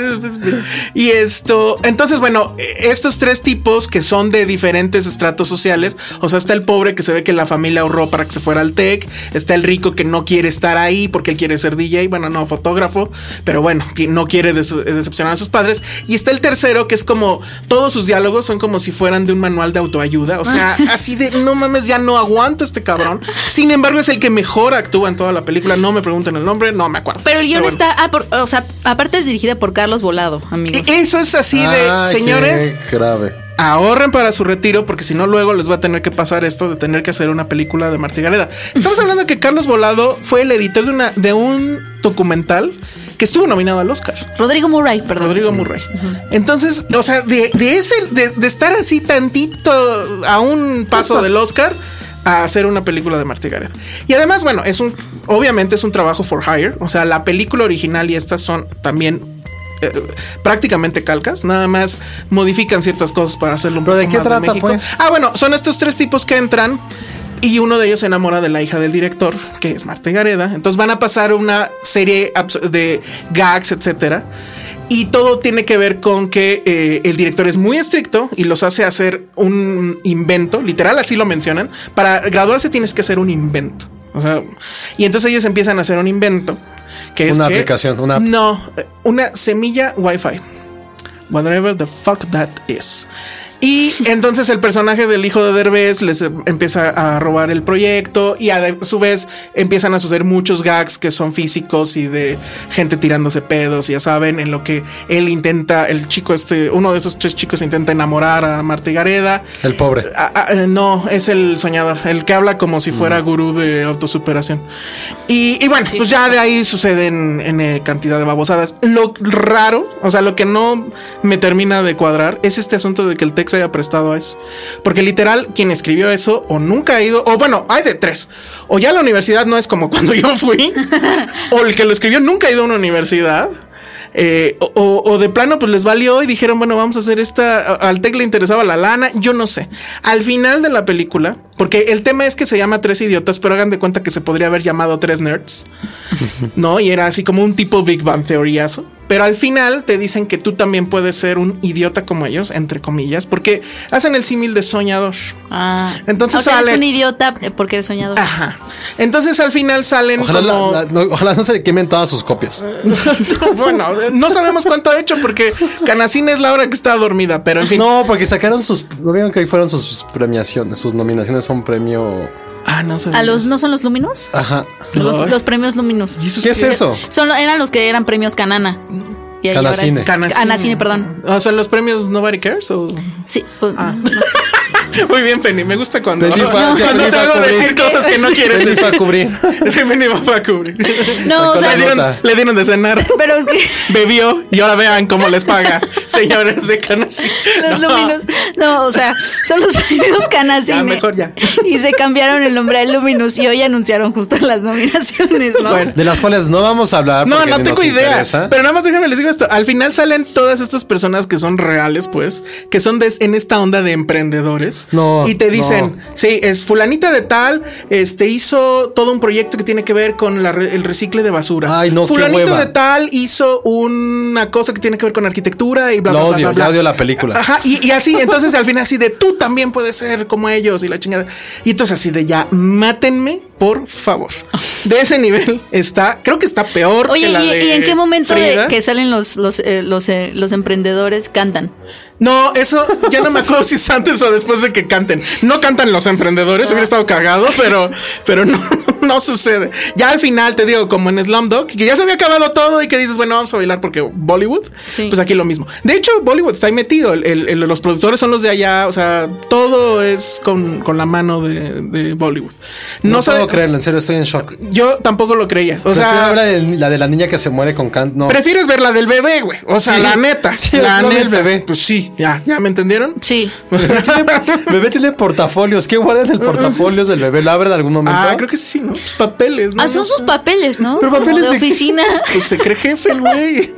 S7: Y esto, entonces, bueno, e, estos tres tipos que son de diferentes estratos sociales, o sea, está el pobre que se ve que la familia ahorró para que se fuera al TEC, está el rico que no quiere estar ahí porque él quiere ser DJ, bueno, no, fotógrafo, pero bueno, que no quiere des- decepcionar a sus padres, y está el tercero que es como, todos sus diálogos son como si fueran de un manual de autoayuda, o sea, así de, no mames, ya no aguanto este cabrón, sin embargo es el que mejor actúa en toda la película, no me pregunten el nombre, no me acuerdo.
S6: Pero el guión
S7: bueno.
S6: está, ah, por- o sea, aparte es dirigida por Carlos Volado, amigos.
S7: E- Eso es así
S5: Ah,
S7: de, señores,
S5: qué grave.
S7: ahorren para su retiro porque si no luego les va a tener que pasar esto de tener que hacer una película de Martí Gareda. Estamos hablando que Carlos Volado fue el editor de, una, de un documental que estuvo nominado al Oscar.
S6: Rodrigo Murray, perdón.
S7: Rodrigo Murray. Entonces, o sea, de, de ese, de, de estar así tantito a un paso del Oscar a hacer una película de Martí Gareda. Y además, bueno, es un, obviamente es un trabajo for hire. O sea, la película original y estas son también eh, prácticamente calcas, nada más modifican ciertas cosas para hacerlo un
S5: ¿Pero de
S7: poco
S5: qué
S7: más
S5: trata,
S7: México.
S5: pues?
S7: Ah, bueno, son estos tres tipos que entran. Y uno de ellos se enamora de la hija del director, que es Marta Gareda. Entonces van a pasar una serie abs- de gags, etcétera. Y todo tiene que ver con que eh, el director es muy estricto y los hace hacer un invento, literal, así lo mencionan. Para graduarse tienes que hacer un invento. O sea, y entonces ellos empiezan a hacer un invento que es
S5: Una
S7: que-
S5: aplicación, una app.
S7: no eh, una semilla Wi-Fi whatever the fuck that is. Y entonces el personaje del hijo de Derbez les eh, empieza a robar el proyecto y a de- su vez empiezan a suceder muchos gags que son físicos y de gente tirándose pedos, ya saben, en lo que él intenta, el chico este, uno de esos tres chicos intenta enamorar a Marta y Gareda.
S5: El pobre.
S7: Ah, ah, eh, no, es el soñador, el que habla como si fuera gurú de autosuperación. Y, y bueno, pues ya de ahí suceden en, eh, cantidad de babosadas. Lo raro, o sea, lo que no me termina de cuadrar es este asunto de que el Tex haya prestado a eso. Porque literal, quien escribió eso o nunca ha ido, o bueno, hay de tres. O ya la universidad no es como cuando [laughs] yo fui, o el que lo escribió nunca ha ido a una universidad. Eh, o- o, o de plano, pues les valió y dijeron, bueno, vamos a hacer esta. a- Al Tec le interesaba la lana, yo no sé. Al final de la película, porque el tema es que se llama Tres Idiotas, pero hagan de cuenta que se podría haber llamado
S5: [laughs]
S7: Tres Nerds, ¿no? Y era así como un tipo Big Bang teoriazo. Pero al final te dicen que tú también puedes ser un idiota como ellos, entre comillas, porque hacen el símil de soñador.
S6: Ah.
S7: Entonces
S6: O sea,
S7: sale- Ah.
S6: eres un idiota eh, porque eres soñador.
S7: Ajá. Entonces al final salen
S5: Ojalá, la-
S7: como. Eh,
S5: la- no, ojalá no se quemen todas sus copias.
S7: [laughs] bueno, no sabemos cuánto ha hecho porque Canacín es la hora que está dormida, pero en fin.
S5: No, porque sacaron sus. ¿No vieron que hoy fueron sus premiaciones? Sus nominaciones a un premio.
S7: Ah, no
S6: ¿A los no son los luminos?
S5: Ajá.
S6: Los, los premios luminos.
S7: Ah, ¿Y esos
S5: ¿Qué es eso?
S6: Son, lo- eran los que eran premios Canana. Y ahí ahora-
S5: Canacine.
S7: Canacine.
S6: Canacine, perdón.
S7: O sea, los premios Nobody Cares o...
S6: Sí. pues,
S7: Ah. Muy bien, Penny, me gusta cuando,
S5: Penny va-
S7: [laughs] cuando
S5: Penny
S7: te
S5: va a
S7: hago
S5: cubrir.
S7: decir cosas que no quieres
S5: Feliz
S7: decir.
S5: a cubrir.
S7: [laughs] Sí, Penny va a cubrir.
S6: No, o
S5: Sacó
S6: sea,
S7: le, dieron,
S5: nota.
S7: le dieron de cenar,
S6: pero es que
S7: bebió y ahora vean cómo les paga, señores de Canacine.
S6: [laughs] los
S7: No.
S6: luminos. No, o sea, son los premios Canacine.
S7: Ya, mejor ya.
S6: [laughs] Y se cambiaron el nombre a Luminous y hoy anunciaron justo las nominaciones, ¿no?
S7: Bueno.
S5: De las cuales no vamos a hablar.
S7: No,
S5: porque
S7: no
S5: ni
S7: tengo
S5: nos
S7: idea.
S5: interesa.
S7: Pero nada más déjame les digo esto. Al final salen todas estas personas que son reales, pues, que son de- en esta onda de emprendedores.
S5: No,
S7: Y te dicen,
S5: no.
S7: sí, es fulanita de tal, este hizo todo un proyecto que tiene que ver con la re- el recicle de basura.
S5: Ay, no, qué
S7: Fulanito
S5: hueva.
S7: de tal hizo una cosa que tiene que ver con arquitectura y bla,
S5: Lo
S7: bla, bla,
S5: odio,
S7: bla, bla.
S5: ya odio la película.
S7: Ajá, y,
S5: [laughs]
S7: y así, entonces al final así de tú también puedes ser como ellos y la chingada. Y entonces así de ya, mátenme, por favor. De ese nivel está, creo que está peor.
S6: Oye,
S7: que la
S6: ¿y,
S7: de
S6: y en qué momento de
S7: Frida.
S6: que salen los los, eh, los, eh, los emprendedores cantan?
S7: No, eso ya no me acuerdo si es antes o después de que canten. No cantan los emprendedores,
S6: Ah.
S7: hubiera estado cagado, pero, pero no, no sucede. Ya al final te digo, como en Slumdog, que ya se había acabado todo y que dices, bueno, vamos a bailar porque Bollywood,
S6: Sí.
S7: pues aquí lo mismo. De hecho, Bollywood está ahí metido. El- el- el- los productores son los de allá, o sea, todo es con, con la mano de, de Bollywood.
S5: No,
S7: No, sé.
S5: puedo creerlo, en serio, estoy en shock.
S7: Yo tampoco lo creía. O
S5: O sea,
S7: sea,
S5: la de, la de la niña que se muere con Kant. No.
S7: prefieres ver la del bebé, güey. O sea,
S5: Sí.
S7: la neta.
S5: Sí, la
S7: la neta.
S5: del bebé.
S7: Pues sí, ya, ya
S5: [laughs]
S7: me entendieron.
S6: Sí.
S5: Bebé tiene portafolios. ¿Qué guardan el portafolios del bebé? ¿Lo abre en algún momento?
S7: Ah, creo que sí, ¿no? Sus papeles, ¿no?
S6: Ah, son
S7: No
S6: sus
S7: sé.
S6: papeles, ¿no?
S5: Pero
S6: Como
S5: papeles
S6: de
S5: de qué? [laughs]
S6: oficina.
S7: Pues se cree jefe, el güey.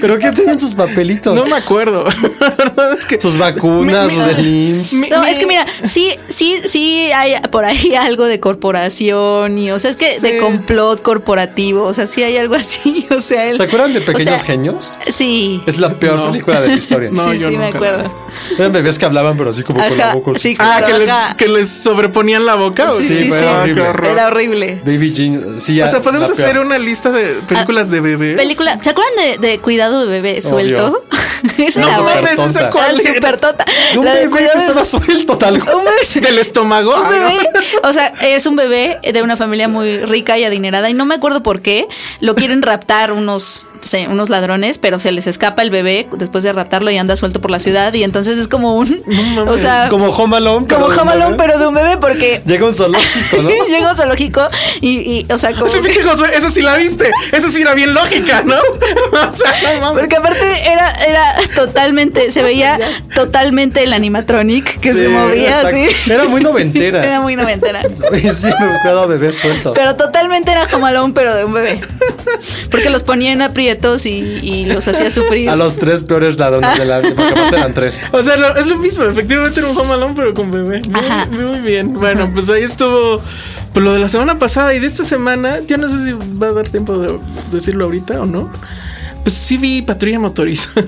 S5: ¿Pero qué tienen sus papelitos?
S7: No me acuerdo. [laughs] La verdad es que.
S5: Sus vacunas,
S7: Me-
S5: sus del IMSS.
S7: Mi-
S6: [laughs] No,
S7: mi-
S6: es que mira, sí, sí, sí hay por ahí algo de corporación y, o sea, es que
S7: Sí.
S6: de complot corporativo, o sea, sí hay algo así, [laughs] o sea, el-
S5: ¿Se acuerdan de
S6: o
S5: Pequeños
S6: sea,
S5: Genios?
S6: Sí.
S5: Es la peor película de la historia.
S7: [laughs] No,
S6: sí,
S7: yo
S6: sí, me
S7: nunca.
S6: acuerdo.
S5: Eran bebés que hablaban, pero así como con la
S6: Ajá,
S5: boca.
S6: sí,
S7: Ah,
S6: claro,
S7: que les,
S6: ajá.
S7: que les sobreponían la boca. ¿o
S6: Sí,
S7: sí?
S6: sí, sí.
S7: Ah, qué horror.
S6: Era horrible.
S5: Baby Jean. Sí, ya,
S7: O sea, podemos
S5: la peor.
S7: hacer una lista de películas de bebés.
S6: Película, ¿se acuerdan de, de Cuidado de Bebé suelto? [laughs] Esa
S7: No
S6: era buena.
S7: mames, esa
S5: tonta.
S7: cuál
S6: Era
S7: era?
S6: súper tonta.
S5: De un
S6: La de
S5: bebé
S6: Cuidado
S5: que
S6: de
S5: estaba suelto, tal cual.
S7: Del estómago.
S6: Un
S7: Ah, ¿no?
S6: bebé, o sea, es un bebé de una familia muy rica y adinerada y no me acuerdo por qué lo quieren raptar unos se- unos ladrones, pero se les escapa el bebé después de raptarlo y anda suelto por la ciudad y entonces es como un, o sea, como,
S5: Como Home Alone. pero de un
S6: jamalón
S5: bebé.
S6: pero de un bebé porque
S5: Llega un zoológico, ¿no?
S6: llega un zoológico y, y, o sea, como
S7: [laughs] Ese
S6: que-
S7: pinche Josué, esa sí la viste. Esa sí era bien lógica, ¿no? [laughs] O sea, no mames.
S6: porque aparte era era totalmente, se veía totalmente el animatronic que [laughs] se movía así.
S5: Era muy noventera.
S6: [laughs]
S5: [laughs]
S6: Era muy noventera.
S5: Y sí, me acuerdo a bebé suelto.
S6: Pero totalmente era jamalón, pero de un bebé. Porque los ponía en aprietos y, y los hacía sufrir.
S5: A los tres peores ladrones de la porque aparte eran tres.
S7: O sea, lo- es lo mismo, efectivamente era un Home Alone, pero con bebé. Muy,
S6: Ajá.
S7: muy bien. Bueno, pues ahí estuvo pues, lo de la semana pasada y de esta semana. Ya no sé si va a dar tiempo de decirlo ahorita o no. Pues sí vi patrulla [laughs] motorizada.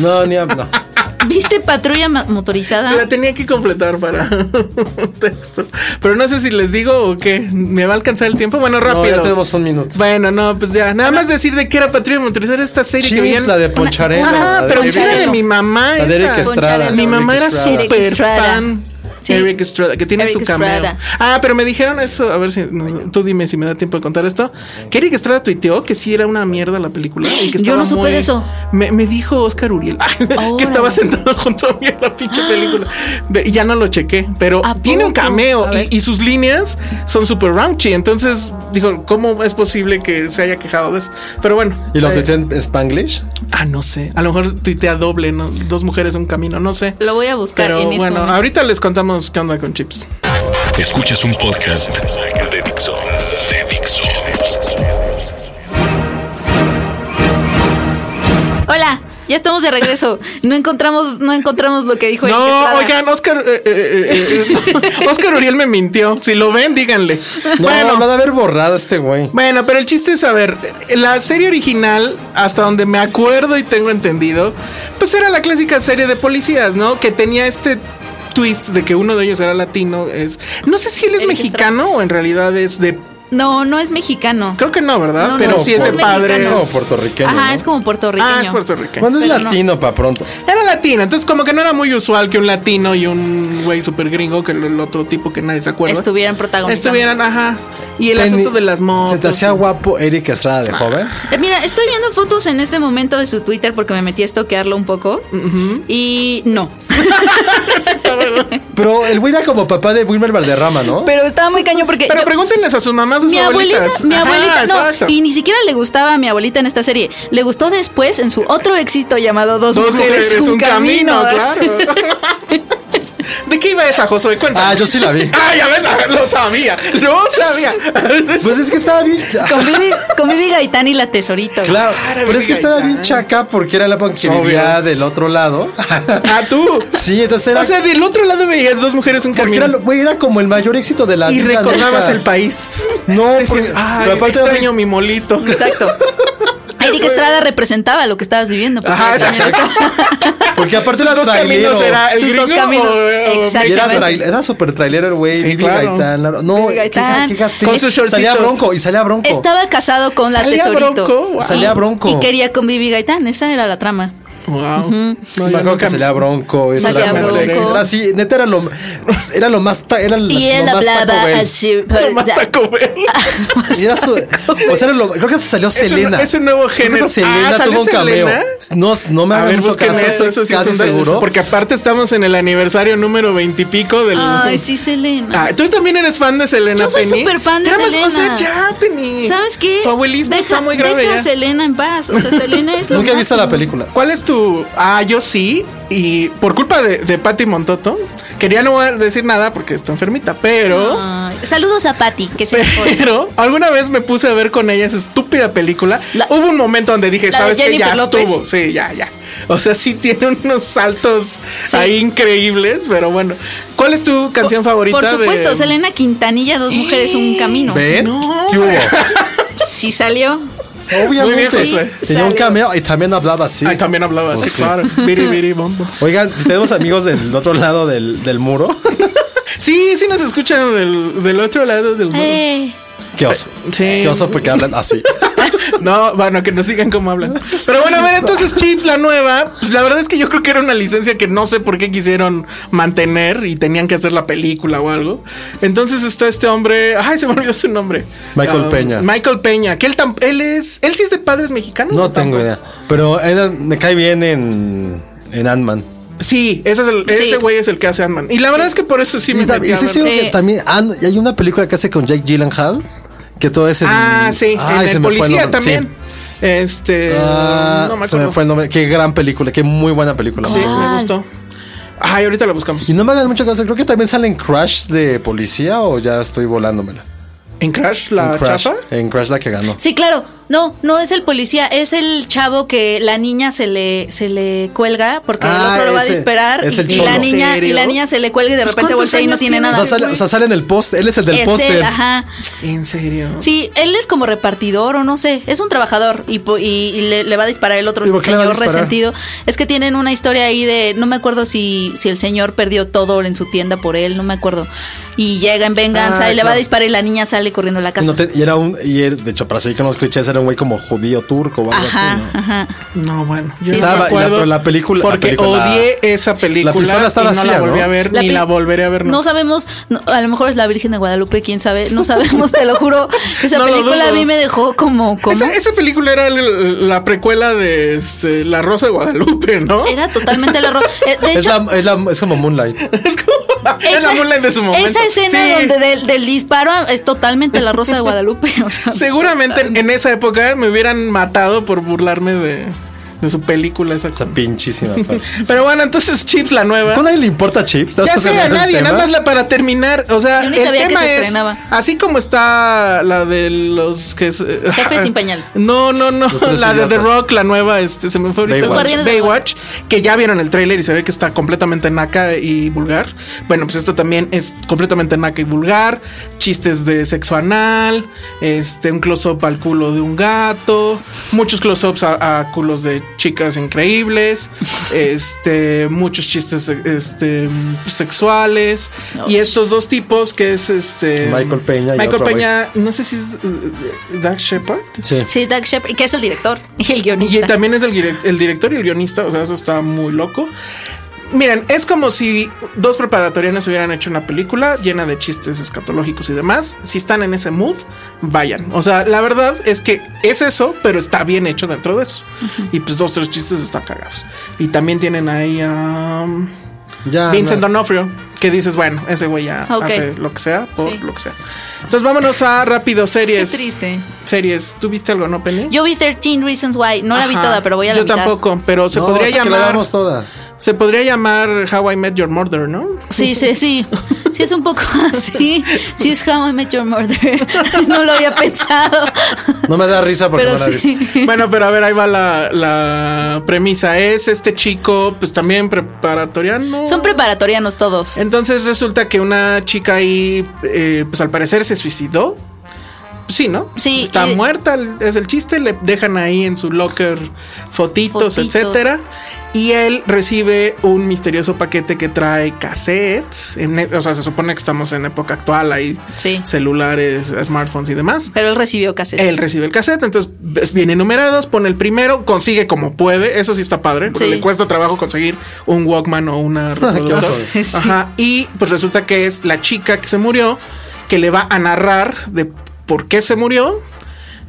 S5: No, ni hablo.
S6: ¿Viste patrulla ma-
S7: La
S6: motorizada?
S7: tenía que completar para [laughs] un texto. Pero no sé si les digo o qué. ¿Me va a alcanzar el tiempo? Bueno,
S5: No,
S7: rápido.
S5: ya tenemos un minuto.
S7: Bueno, no, pues ya. Nada más decir de qué era patrulla motorizada esta serie que
S5: Chips,
S7: veían.
S5: la de Poncharelo.
S7: Ajá,
S5: la
S7: pero
S5: Eric-
S7: era de mi mamá.
S5: La de
S7: esa.
S5: Eric Estrada.
S6: Poncharelo.
S7: Mi mamá
S5: Eric
S7: era
S5: Estrada.
S6: Eric
S7: súper
S6: Estrada.
S7: fan.
S6: Sí.
S7: Eric Estrada, que tiene
S6: Eric
S7: su cameo.
S6: Estrada.
S7: Ah, pero me dijeron eso. A ver si no, tú dime si me da tiempo de contar esto. Que Eric Estrada tuiteó que sí era una mierda la película. Y que
S6: Yo
S7: estaba
S6: no supe
S7: muy-
S6: de eso.
S7: Me, me dijo Oscar Uriel [laughs]
S6: Órale.
S7: que estaba sentado junto a mí en la pinche película. Ve- Y ya no lo chequé, pero
S6: ¿A
S7: tiene un
S6: poco?
S7: cameo
S6: A ver.
S7: y, y sus líneas son súper raunchy. Entonces dijo, ¿cómo es posible que se haya quejado de eso? Pero bueno.
S5: ¿Y lo
S7: eh,
S5: tuiteó en Spanglish?
S7: Ah, no sé. A lo mejor tuitea doble, ¿no? Dos mujeres, un camino, no sé.
S6: Lo voy a buscar
S7: Pero
S6: en este
S7: bueno,
S6: momento.
S7: ahorita les contamos qué onda con chips.
S4: Escuchas un podcast de Dixo. De Dixo.
S6: Hola, ya estamos de regreso. No encontramos, no encontramos lo que dijo Eric
S7: No,
S6: Estrada.
S7: oigan, Oscar, eh, eh, eh,
S6: [laughs]
S7: eh, Oscar Uriel me mintió. Si lo ven, díganle.
S5: No,
S7: bueno,
S5: me ha de haber borrado este güey.
S7: Bueno, pero el chiste es saber, la serie original, hasta donde me acuerdo y tengo entendido, pues era la clásica serie de policías, ¿no? Que tenía este twist de que uno de ellos era latino. Es, no sé si él es
S6: Eric
S7: mexicano o en realidad es de...
S6: No, no es mexicano.
S7: Creo que no, ¿verdad?
S6: No,
S7: pero
S6: no,
S7: sí es de
S6: son
S7: padres.
S6: mexicanos.
S5: No, puertorriqueño,
S6: Ajá,
S5: ¿no?
S6: es como puertorriqueño.
S7: Ah, es puertorriqueño.
S5: ¿Cuándo es
S6: Pero no.
S5: latino para pronto?
S7: Era latino, entonces como que no era muy usual que un latino y un güey super gringo, que el otro tipo que nadie se acuerda.
S6: Estuvieran protagonizando.
S7: Estuvieran, ajá. Y el asunto de las motos. Ah.
S5: ¿Se te hacía
S7: [laughs]
S5: guapo Eric Estrada de joven?
S6: Eh, Mira, estoy viendo fotos en este momento de su Twitter porque me metí a estoquearlo un poco. Y no.
S5: Pero el güey era como papá de Wilmer Valderrama, ¿no?
S6: [laughs] Pero estaba muy cañón porque.
S7: Pero
S6: yo-
S7: pregúntenles a sus mamás, a sus
S6: mi abuelita,
S7: abuelitas.
S6: mi
S7: Ajá,
S6: abuelita, no,
S7: exacto.
S6: y ni siquiera le gustaba a mi abuelita en esta serie. Le gustó después en su otro éxito llamado Dos,
S7: Dos mujeres, un, camino,
S6: ¿verdad? [laughs]
S7: claro. ¿De qué iba esa, Josué? Cuéntame.
S5: Ah, yo sí la vi.
S7: [laughs] Ah, ya ves, ah, lo sabía, lo sabía.
S5: [laughs] Pues es que estaba bien.
S7: [laughs]
S6: Con Vivi, con Vivi Gaitán y la tesorito.
S5: [laughs]
S6: güey.
S5: Claro, pero es que estaba
S7: Gaitán.
S5: bien chaca porque era la época en que vivía
S7: Obvio.
S5: del otro lado. [laughs]
S7: Ah, tú.
S5: Sí, entonces era.
S7: O sea, del otro lado veías dos mujeres, un
S5: porque era,
S7: camino.
S5: lo- güey, era como el mayor éxito de la
S7: Y
S5: vida,
S7: recordabas
S5: neta.
S7: el país.
S5: No,
S7: Decías,
S5: porque.
S7: ay,
S5: pero aparte era
S7: extraño mi molito.
S6: Exacto. Eric
S7: [laughs]
S6: Estrada representaba lo que estabas viviendo. porque
S7: Ajá,
S6: también
S7: exacto. [laughs]
S5: bien- Porque aparte
S7: Sus
S5: era
S7: dos caminos
S5: trailero.
S7: era el
S6: Sus
S7: gringo
S6: dos caminos,
S7: o- o
S6: exacto.
S5: Y era,
S6: Exactamente.
S5: trail- era súper trailero el güey.
S7: Sí,
S5: Vivi
S7: claro.
S5: Gaitán. la- No,
S6: Vivi Gaitán.
S5: qué- qué gatete.
S7: Con sus
S5: Salía
S7: shortcitos.
S5: bronco y salía bronco.
S6: Estaba casado con la
S7: ¿Salía
S6: tesorito.
S7: Bronco? Wow.
S5: Salía
S6: Y-
S5: Bronco.
S6: Y quería con Vivi Gaitán, esa era la trama.
S7: Wow.
S5: me acuerdo que salía bronco. eso
S6: Salía
S5: era como-
S6: Bronco.
S5: Era así, neta, era lo, era lo más. ta- Era
S6: Y
S5: lo
S6: él
S5: más
S6: hablaba
S5: Taco Bell.
S6: así.
S7: Pero más
S6: da-
S7: Taco Bell.
S5: [laughs] Y era su- o sea, era lo- creo que se salió
S7: un-
S5: Selena.
S7: es un nuevo
S5: Creo que
S7: género.
S5: esa
S7: Ah,
S5: Selena
S7: ¿salió
S5: tuvo un cameo.
S7: Selena?
S5: No, no me
S7: A ver,
S5: hagan mucho
S7: busquen
S5: caso,
S7: eso, eso sí
S5: casi
S7: son de-
S5: seguro.
S7: Porque aparte estamos en el aniversario número veintipico del. [laughs]
S6: Ay, sí, Selena.
S7: Ah, tú también eres fan de Selena
S6: Yo soy
S7: Penny?
S6: súper fan de
S7: Ya, más-
S6: Selena.
S7: O sea, ya, Penny.
S6: ¿Sabes qué?
S7: Tu abuelismo
S6: Deja-
S7: está muy grave.
S6: Deja a
S7: ya.
S6: Selena en paz.
S7: [laughs]
S6: O sea, Selena es lo
S5: Nunca he visto la
S6: máximo.
S5: película.
S7: ¿Cuál es tu.? Ah, yo sí. Y por culpa de, de Patty Montoto, quería no decir nada porque está enfermita, pero.
S6: Ay, saludos a Patty, que se mejore.
S7: Pero alguna vez me puse a ver con ella esa estúpida película.
S6: La-
S7: Hubo un momento donde dije,
S6: La de
S7: ¿sabes qué?
S6: Jennifer
S7: Ya
S6: López.
S7: estuvo. Sí, ya, ya. O sea, sí tiene unos saltos ahí increíbles, pero bueno. ¿Cuál es tu canción favorita?
S6: Por
S7: de- Eh.
S6: supuesto, Selena Quintanilla, dos mujeres, un camino.
S5: ¿Ven?
S7: No.
S5: ¿Eh? ¿Qué hubo?
S6: Sí salió.
S7: Muy bien,
S5: Obviamente.
S7: Josué.
S5: Tenía un
S6: Salió.
S5: cameo y también hablaba así.
S7: Ay, también hablaba así,
S5: Pues sí.
S7: claro. Biri, biri, bombo.
S5: Oigan, si tenemos amigos del otro lado del, del muro, [laughs]
S7: Sí, sí nos escuchan del, del otro lado del mundo.
S6: Eh,
S5: qué oso.
S7: Sí.
S5: Qué oso porque hablan
S7: [laughs]
S5: así.
S7: No, bueno, que nos sigan como hablan. Pero bueno, a ver, entonces Chips, la nueva, pues la verdad es que yo creo que era una licencia que no sé por qué quisieron mantener y tenían que hacer la película o algo. Entonces está este hombre, ay, se me olvidó su nombre.
S5: Michael
S7: Ah,
S5: Peña.
S7: Michael Peña, que él, tam- él es, él sí es de padres mexicanos.
S5: No
S7: ¿o
S5: tengo
S7: tampoco?
S5: idea. Pero era- me cae bien en, en Ant-Man.
S7: Sí, ese es el,
S6: Sí.
S7: ese güey es el que hace Ant-Man. Y la verdad es que por eso sí
S5: Y
S7: me
S5: ta-
S7: metí
S5: y
S7: a
S5: estoy
S7: ver.
S5: seguro que
S6: Sí.
S5: también ah, y hay una película que hace con Jake Gyllenhaal que todo es en
S7: Ah, sí,
S5: Ay,
S7: en
S5: se
S7: el
S5: me fue
S7: policía
S5: nombre, sí.
S7: también. Este.
S5: Ah,
S7: no me
S5: se me
S7: acuerdo.
S5: fue el nombre. Qué gran película, qué muy buena película.
S7: Sí,
S6: ¿Cuál?
S7: me gustó. Ay, ahorita la buscamos.
S5: Y no me hagan mucho caso, creo que también salen Crash de policía o ya estoy volándomela.
S7: ¿En Crash la
S5: en Crash,
S7: chafa?
S5: en Crash la que ganó.
S6: Sí, claro. No, no es el policía, es el chavo que la niña se le, se le cuelga porque
S5: Ah,
S6: el otro lo va a
S5: ese,
S6: disparar
S5: es el
S6: y,
S5: cholo.
S6: la niña, y
S7: ¿Serio?
S6: la niña se le cuelga y de
S7: Pues,
S6: repente
S7: ¿cuántos
S6: voltea y no
S7: años
S6: tiene
S7: tiene
S6: nada.
S7: ese
S5: O sea, sale, o sea, sale en el póster, él Ah, es el del
S6: es él,
S5: póster.
S6: ajá.
S7: ¿En serio?
S6: Sí, él es como repartidor o no sé, es un trabajador y, po- y- y le, le va a disparar el otro
S5: ¿Y por qué le va a
S6: señor
S5: disparar?
S6: resentido. Es que tienen una historia ahí de, no me acuerdo si, si el señor perdió todo en su tienda por él, no me acuerdo. Y llega en venganza
S5: Ah,
S6: y le va a
S5: claro.
S6: disparar y la niña sale corriendo a la
S5: Y
S6: casa.
S5: no te- y era un, y él, de hecho, para seguir con los clichés, era un güey como judío turco o algo
S6: Ajá,
S5: así, ¿no?
S6: ajá.
S7: No, bueno.
S6: Sí,
S7: Yo
S6: sí.
S7: no me
S5: Estaba- y la-
S7: acuerdo.
S5: pero la película- la
S7: Porque
S5: película-
S7: odié esa película.
S5: La pistola está
S7: y no
S5: vacía,
S7: la volví
S5: ¿no?
S7: a ver ni
S6: pi-
S7: la volveré a ver.
S6: No sabemos, no, a lo mejor es la Virgen de Guadalupe, quién sabe, no sabemos, te
S5: [laughs]
S6: lo juro. Esa
S7: No lo
S6: película a
S7: dudo.
S6: mí me dejó como... como
S7: Esa, esa película era el- la precuela de este, La Rosa de Guadalupe, ¿no? [laughs]
S6: Era totalmente el error. Eh, De hecho,
S5: Es, la, es, la- es como Moonlight.
S7: Es como- era la Moonlight de su momento.
S6: esa escena
S7: Sí.
S6: donde del, del disparo es totalmente la
S7: [laughs]
S6: Rosa de Guadalupe. o sea,
S7: Seguramente en, en esa época me hubieran matado por burlarme de, de su película esa.
S5: Esa
S7: [laughs]
S5: pinchísima.
S7: Pero bueno, entonces Chips la nueva.
S5: ¿A nadie le importa Chips?
S7: Ya
S5: ¿Estás
S7: sé, a
S5: hablando del
S7: nadie,
S5: tema?
S7: nada más la- para terminar. O sea,
S6: Yo ni
S7: el
S6: sabía que
S7: tema
S6: se
S7: es.
S6: estrenaba.
S7: Así como está la de los que. se- [laughs]
S6: Jefes sin pañales.
S7: No, no, no.
S5: Los tres
S7: La de The
S5: idiotas.
S7: Rock, la nueva, este, se me fue ahorita.
S5: Los Baywatch.
S6: Guardianes del
S7: Baywatch, que ya vieron el tráiler y se ve que está completamente naca y vulgar. Bueno, pues esta también es completamente naca y vulgar. Chistes de sexo anal, este, un close-up al culo de un gato, muchos close-ups a, a culos de chicas [laughs] increíbles, este, muchos chistes este, sexuales. Y estos dos tipos que es este...
S5: Michael Peña y
S7: Michael
S5: otro
S7: Peña, no sé si es eh, eh, Doug Shepard.
S5: Sí.
S6: Sí, Doug Shepard, que es el director y el guionista.
S7: Y también es el, direc- el director y el guionista, o sea, eso está muy loco. Miren, es como si dos preparatorianas hubieran hecho una película llena de chistes escatológicos y demás. Si están en ese mood, vayan. O sea, la verdad es que es eso, pero está bien hecho dentro de eso. Y pues dos, tres chistes están cagados. Y también tienen ahí a um,
S5: Ya,
S7: Vincent
S5: no.
S7: D'Onofrio, que dices, bueno, ese güey ya
S6: Ah, Ok.
S7: hace lo que sea por
S6: Sí.
S7: lo que sea. Entonces vámonos a rápido
S6: Qué
S7: series.
S6: triste.
S7: Series. ¿Tú viste algo, no, Penny?
S6: Yo vi 13 Reasons Why, no la vi
S7: Ajá.
S6: toda, pero voy a la
S7: Yo
S6: mitad.
S7: tampoco, pero se
S5: No,
S7: podría
S5: hasta que la
S7: llamar
S5: veamos toda.
S7: se podría llamar How I Met Your Murder,
S6: [laughs]
S7: ¿no?
S6: Sí, sí, sí. Sí es un
S7: [laughs]
S6: poco así. Sí es How I Met Your Murder. [laughs] No lo había pensado.
S5: No me da risa porque
S6: Pero
S5: no la he visto.
S6: sí.
S7: Bueno, pero a ver, ahí va la, la premisa. Es este chico, pues también preparatoriano.
S6: Son preparatorianos todos.
S7: Entonces resulta que una chica ahí, eh, pues al parecer se suicidó. Sí, ¿no?
S6: Sí,
S7: Está
S6: y-
S7: muerta, el- es el chiste. Le dejan ahí en su locker fotitos,
S6: Fotitos.
S7: etcétera. Y él recibe un misterioso paquete que trae cassettes. en e- o sea, se supone que estamos en época actual, hay
S6: Sí.
S7: celulares, smartphones y demás.
S6: Pero él recibió casi.
S7: Él recibe el cassette, entonces es bien enumerados, pone el primero, consigue como puede, eso sí está padre, porque
S6: Sí.
S7: le cuesta trabajo conseguir un Walkman o una
S5: qué
S7: reproductora.
S5: oso.
S6: [laughs] Sí.
S7: Ajá, y pues resulta que es la chica que se murió, que le va a narrar de por qué se murió.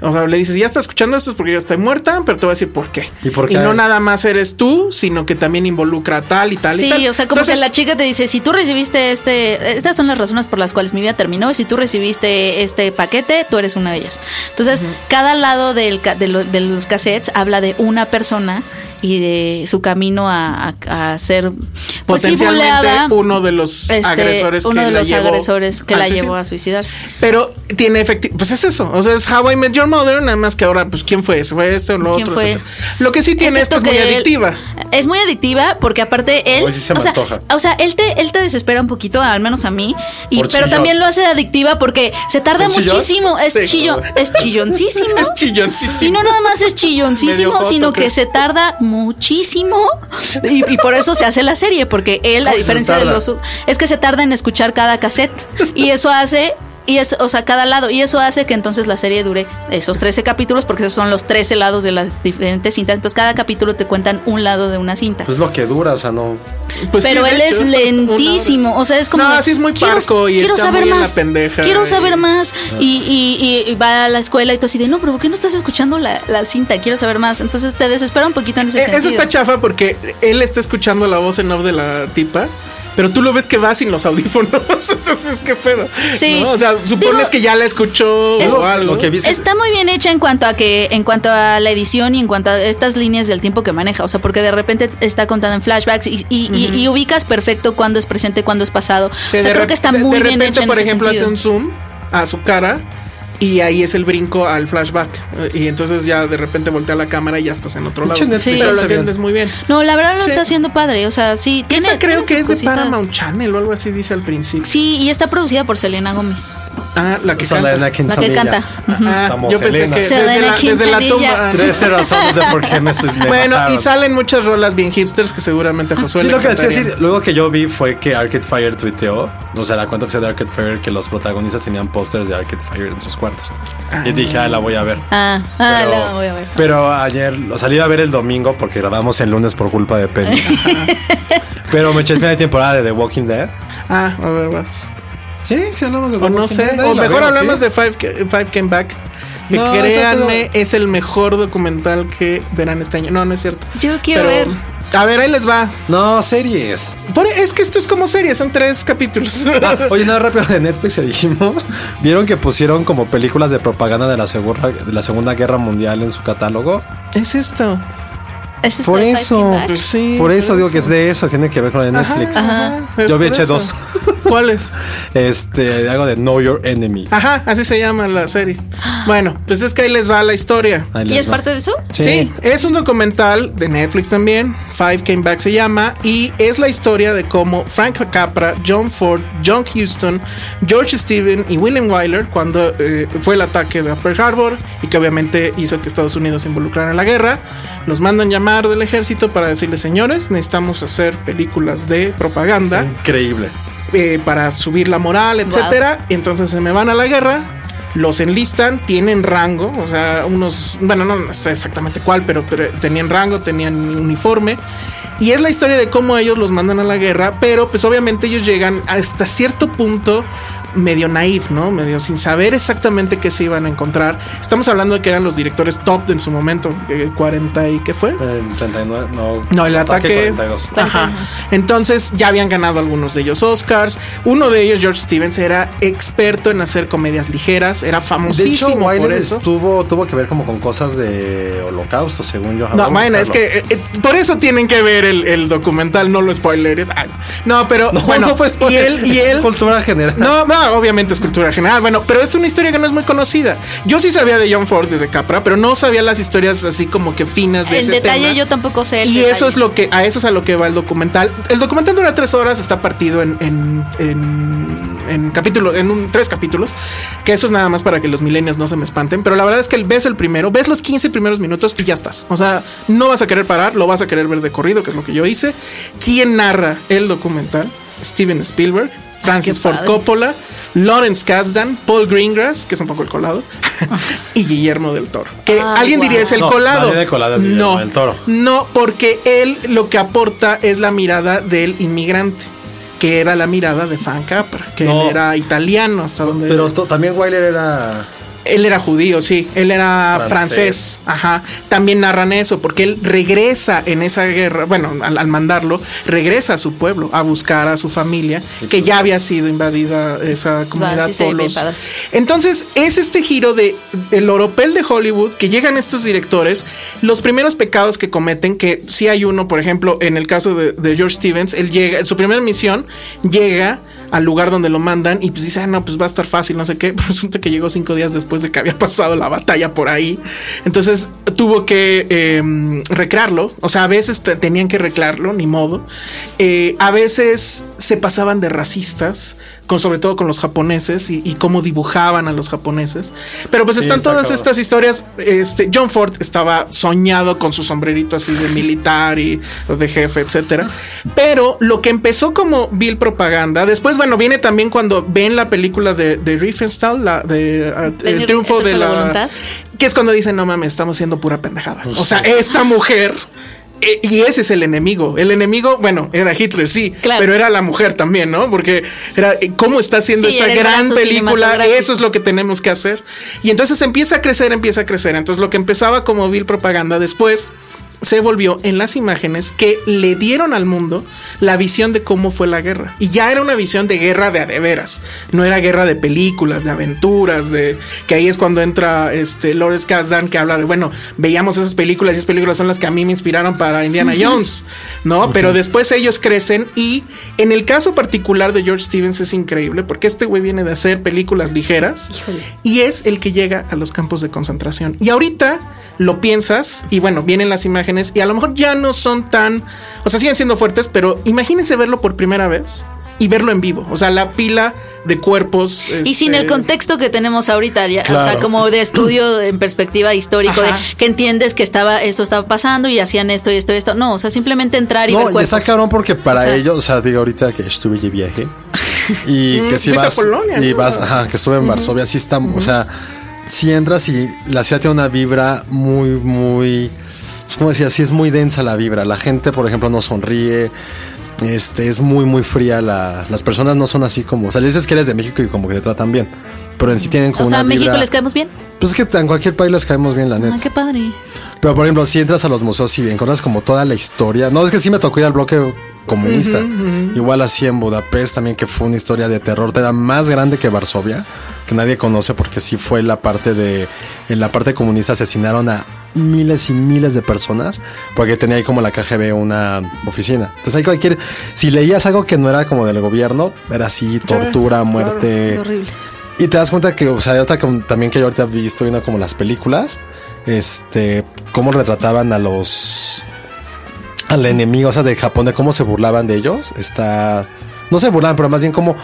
S7: O sea, le dices, ya está escuchando esto es porque ya está muerta, pero te voy a decir por qué.
S5: ¿Y por qué?
S7: no nada más eres tú, sino que también involucra a tal y tal y tal.
S6: Sí, o sea, como
S7: Entonces,
S6: que la chica te dice, si tú recibiste este, estas son las razones por las cuales mi vida terminó, y si tú recibiste este paquete, tú eres una de ellas. Entonces, cada lado del, ca- de, lo- de los cassettes habla de una persona y de su camino a, a- a ser pues, sí,
S7: potencialmente
S6: buleada,
S7: uno de los
S6: este,
S7: agresores
S6: uno
S7: que
S6: de
S7: la
S6: los
S7: llevó
S6: agresores que
S7: al
S6: la
S7: suicidio.
S6: llevó a suicidarse.
S7: Pero tiene efectivo. Pues es eso. O sea, es How I Met Your Mother, nada más que ahora, pues, ¿quién fue? ¿Se fue este o lo
S6: ¿Quién
S7: otro?
S6: fue?
S7: etcétera. Lo que sí tiene
S6: Excepto
S7: esta es pues, muy
S6: que él-
S7: adictiva.
S6: Es muy adictiva porque aparte él,
S5: Hoy sí se me
S6: o, sea,
S5: antoja.
S6: o sea, él te él te desespera un poquito, al menos a mí, y
S5: Por
S6: pero
S5: chillón.
S6: también lo hace adictiva porque se tarda
S5: ¿Es chillón?
S6: muchísimo, es
S7: Sí.
S6: chillo, es
S5: [laughs]
S6: chilloncísimo.
S7: Es chilloncísimo.
S6: Y no nada más es
S7: Medio
S6: chilloncísimo,
S7: joto,
S6: sino que
S7: creo.
S6: se tarda muchísimo y, y por eso se hace la serie, porque él,
S5: ¿Cómo
S6: a
S5: se
S6: diferencia de
S5: tarda?
S6: los... Es que se tarda en escuchar cada cassette y eso hace... Y es, o sea, cada lado. Y eso hace que entonces la serie dure esos 13 capítulos, porque esos son los 13 lados de las diferentes cintas. Entonces, cada capítulo te cuentan un lado de una cinta.
S5: Pues lo que dura, o sea, no.
S7: Pues sí,
S6: Pero
S7: de
S6: él
S7: hecho,
S6: es lentísimo.
S7: una hora.
S6: O sea, es como.
S7: No, sí es muy
S6: "Quiero-
S7: parco y
S6: quiero
S7: está
S6: saber
S7: muy en
S6: más,
S7: la pendeja.
S6: Quiero
S7: y-
S6: saber más. Y, y- y va a la escuela y todo así de, no, pero ¿por qué no estás escuchando la, la cinta? Quiero saber más. Entonces te desespera un poquito en ese
S7: Eh,
S6: sentido.
S7: Eso está chafa porque él está escuchando la voz en off de la tipa. pero tú lo ves que va sin los [laughs] audífonos. Entonces, ¿qué pedo?
S6: Sí.
S7: ¿No? O sea, supones
S6: Digo-
S7: que ya la escuchó
S6: Es-
S7: o algo.
S5: Lo que vi es que-
S6: Está muy bien hecha en cuanto a que, en cuanto a la edición y en cuanto a estas líneas del tiempo que maneja. O sea, porque de repente está contando en flashbacks y, y- y- y ubicas perfecto cuándo es presente, cuándo es pasado.
S7: Sí,
S6: o sea,
S7: de
S6: creo
S7: rep-
S6: que está
S7: de-
S6: muy
S7: de
S6: bien
S7: repente,
S6: hecha. en
S7: por
S6: ese
S7: ejemplo,
S6: sentido.
S7: hace un zoom a su cara y ahí es el brinco al flashback. Eh, Y entonces ya de repente voltea la cámara y ya estás en otro lado.
S5: Pinche Netflix,
S7: pero lo
S6: está
S7: entiendes muy bien.
S6: No, la verdad lo
S7: Sí.
S6: está haciendo padre. O sea, sí. Tiene,
S7: Esa creo
S6: tiene
S7: que
S6: sus
S7: es de
S6: cositas.
S7: Paramount Channel o algo así dice al principio.
S6: Sí, y está producida por Selena Gómez.
S7: Ah, la que
S5: Selena
S7: canta.
S6: La que
S5: Quintanilla.
S6: canta.
S7: Ah,
S5: Estamos
S7: yo pensé
S5: Selena.
S7: que desde
S6: Selena
S7: la, desde la
S6: Quintanilla.
S7: tumba.
S5: Trece razones de por qué me sus me
S7: [laughs] Bueno,
S5: mataron.
S7: y salen muchas rolas bien hipsters que seguramente a Josué
S5: Sí,
S7: le
S5: lo que decía, sí,
S7: encantarían.
S5: luego que yo vi fue que Arcade Fire tuiteó, no se la cuenta oficial de Arcade Fire, que los protagonistas tenían pósters de Arcade Fire en sus cuartos. Y dije, ah, la voy a ver.
S6: Ah, ah,
S5: Pero-
S6: la voy a ver.
S5: Pero ayer lo salí a ver el domingo porque grabamos el lunes por culpa de [laughs] Penny. pero me eché de temporada de The Walking Dead.
S7: Ah, a ver, vas.
S5: Sí, sí hablamos de The
S7: O no
S5: Walking
S7: sé.
S5: Dead,
S7: O
S5: la vemos,
S7: mejor
S5: ¿sí?
S7: hablamos de Five, Ca- Five Came Back. Que
S5: No,
S7: créanme,
S5: esa
S7: es el mejor documental que verán este año. No, no es cierto.
S6: Yo quiero ver.
S7: A ver, ahí les va.
S5: No, series.
S7: Por- e, es que esto es como serie, son tres capítulos.
S5: [laughs] Ah, oye, nada rápido de Netflix que dijimos. [laughs] Vieron que pusieron como películas de propaganda de la, segura- de la Segunda Guerra Mundial en su catálogo.
S7: es esto.
S6: Ese es
S5: Por
S6: de Five
S5: eso.
S6: Feedback.
S7: Pues sí.
S5: Por eso digo que es de eso, tiene que ver con la de Netflix.
S7: Es
S5: Yo vi
S7: por
S5: eché
S7: eso.
S5: dos.
S7: ¿Cuáles?
S5: Este, algo de Know Your Enemy.
S6: Ah,
S7: Ajá, así se llama la serie. Bueno, pues es que ahí les va la historia.
S5: Ahí
S6: ¿Y
S5: les
S6: es
S5: va.
S6: parte de eso?
S5: Sí.
S7: Sí, es un documental de Netflix también. Five Came Back se llama. Y es la historia de cómo Frank Capra, John Ford, John Houston, George Steven y William Wyler, cuando eh, fue el ataque de Pearl Harbor y que obviamente hizo que Estados Unidos se involucrara en la guerra, los mandan llamar del ejército para decirles: señores, necesitamos hacer películas de propaganda
S5: Está increíble.
S7: eh, para subir la moral, etcétera. Entonces se me van a la guerra. Los enlistan, tienen rango, o sea, unos, bueno, no, no sé exactamente cuál, pero, pero tenían rango, tenían uniforme. Y es la historia de cómo ellos los mandan a la guerra, pero pues obviamente ellos llegan hasta cierto punto medio naif, ¿no? Medio sin saber exactamente qué se iban a encontrar. Estamos hablando de que eran los directores top en su momento, eh, 40 y qué fue.
S5: El 39, no.
S7: No, el ataque.
S5: 42.
S7: Ajá. Entonces ya habían ganado algunos de ellos Oscars. Uno de ellos, George Stevens, era experto en hacer comedias ligeras. Era
S5: De hecho,
S7: famosísimo por
S5: Wilder
S7: eso.
S5: estuvo, tuvo que ver como con cosas de holocausto, según yo.
S7: No,
S5: Vamos a
S7: bueno, es que
S5: buscarlo.
S7: eh, eh, por eso tienen que ver el, el documental, no lo spoileres. Ay, no, pero
S5: [laughs] No,
S7: bueno,
S5: no fue
S7: y
S5: spoiler,
S7: él, y
S5: es
S7: él,
S5: Cultura general.
S7: No, no, obviamente es cultura general. Bueno, pero es una historia que no es muy conocida. Yo sí sabía de John Ford y de Capra, pero no sabía las historias así como que finas de
S6: El
S7: ese
S6: detalle
S7: tema.
S6: yo tampoco sé. el
S7: Y
S6: detalle.
S7: eso es lo que, a eso es a lo que va el documental. El documental dura tres horas, está partido en, en, en, en capítulos, en un, tres capítulos, que eso es nada más para que los milenios no se me espanten. Pero la verdad es que ves el primero, ves los 15 primeros minutos y ya estás. O sea, no vas a querer parar, lo vas a querer ver de corrido, que es lo que yo hice. ¿Quién narra el documental? Steven Spielberg, Francis
S6: qué
S7: Ford
S6: padre.
S7: Coppola, Lawrence Kasdan, Paul Greengrass, que es un poco el colado,
S6: Ah.
S7: [laughs] y Guillermo del Toro. Que alguien diría es el
S5: No,
S7: colado.
S5: nadie de colado es Guillermo
S7: no,
S5: del Toro.
S7: no, porque él lo que aporta es la mirada del inmigrante, que era la mirada de Frank Capra, que
S5: No.
S7: él era italiano, hasta donde.
S5: Pero to- también Wilder era.
S7: él era judío, sí, él era
S5: Francés.
S7: francés. Ajá. También narran eso, porque él regresa en esa guerra, bueno, al, al mandarlo, regresa a su pueblo a buscar a su familia, que ya había sido invadida esa comunidad
S6: Ah, sí se ve
S7: por
S6: bien
S7: los-
S6: padre.
S7: entonces, es este giro de el oropel de Hollywood que llegan estos directores, los primeros pecados que cometen, que si hay uno, por ejemplo, en el caso de, de George Stevens, él llega, en su primera misión llega al lugar donde lo mandan y pues dice, ah, no, pues va a estar fácil, no sé qué. [laughs] Resulta que llegó cinco días después de que había pasado la batalla por ahí. Entonces tuvo que eh, recrearlo. O sea, a veces te- tenían que recrearlo, ni modo. Eh, a veces se pasaban de racistas con sobre todo con los japoneses y, y cómo dibujaban a los japoneses. Pero pues están
S5: está
S7: todas
S5: cabrón.
S7: estas historias. Este John Ford estaba soñado con su sombrerito así de militar y de jefe, etcétera. Pero lo que empezó como vil propaganda, después bueno viene también cuando ven la película de, de Riefenstahl, la de ah,
S6: El
S7: el triunfo
S6: triunfo
S7: de
S6: de la
S7: la,
S6: voluntad.
S7: que es cuando dicen no mames estamos siendo pura pendejada. O sea esta mujer. eh, Y ese es el enemigo. El enemigo, bueno, era Hitler, sí,
S6: Claro.
S7: pero era la mujer también, ¿no? Porque era eh, cómo está haciendo
S6: Sí,
S7: esta
S6: era el
S7: gran
S6: brazo
S7: película,
S6: cinematográfico.
S7: eso es lo que tenemos que hacer. Y entonces empieza a crecer, empieza a crecer. Entonces lo que empezaba como vil propaganda después se volvió en las imágenes que le dieron al mundo la visión de cómo fue la guerra. Y ya era una visión de guerra de a de veras. No era guerra de películas, de aventuras, de que ahí es cuando entra este Lawrence Kasdan que habla de, bueno, veíamos esas películas y esas películas son las que a mí me inspiraron para Indiana Jones, ¿no? Pero después ellos crecen y en el caso particular de George Stevens es increíble porque este güey viene de hacer películas ligeras y es el que llega a los campos de concentración. Y ahorita lo piensas y bueno, vienen las imágenes y a lo mejor ya no son tan, o sea, siguen siendo fuertes, pero imagínense verlo por primera vez y verlo en vivo, o sea, la pila de cuerpos.
S6: Y sin
S7: este,
S6: el contexto que tenemos ahorita, ya, o sea,
S5: Claro.
S6: como de estudio en perspectiva histórico,
S7: Ajá.
S6: de que entiendes que estaba esto estaba pasando y hacían esto y esto y esto. No, o sea, simplemente entrar y
S5: No,
S6: ver
S5: y
S6: cuerpos.
S5: está cabrón porque para
S6: O sea-
S5: ellos, o sea, digo ahorita que estuve de
S6: [laughs]
S5: viaje y
S6: Mm,
S5: que si
S7: fuiste a
S5: vas
S7: Polonia,
S5: y
S7: ¿no?
S5: vas, ajá, que estuve en Varsovia, sí está, o sea, si entras y la ciudad tiene una vibra muy, muy, pues, ¿cómo decía? Sí es muy densa la vibra. La gente, por ejemplo, no sonríe. Este es muy, muy fría. La, las personas no son así como, o sea, le dices que eres de México y como que te tratan bien, pero en sí tienen como
S6: O sea,
S5: una
S6: a México
S5: vibra-
S6: les caemos bien.
S5: Pues es que en cualquier país les caemos bien, la neta.
S6: Ah, qué padre.
S5: Pero por ejemplo, si entras a los museos y encuentras como toda la historia. No, es que sí me tocó ir al bloque comunista. Igual así en Budapest también, que fue una historia de terror. Era más grande que Varsovia, que nadie conoce porque sí fue la parte de... En la parte comunista asesinaron a miles y miles de personas porque tenía ahí como la KGB una oficina. Entonces hay cualquier... Si leías algo que no era como del gobierno, era así, tortura, muerte...
S6: Qué horrible.
S5: Y te das cuenta que, o sea, otra que- también que yo ahorita vi, estoy viendo como las películas, este, cómo retrataban a los, al enemigo, o sea, de Japón, de cómo se burlaban de ellos, está, no se burlaban, pero más bien como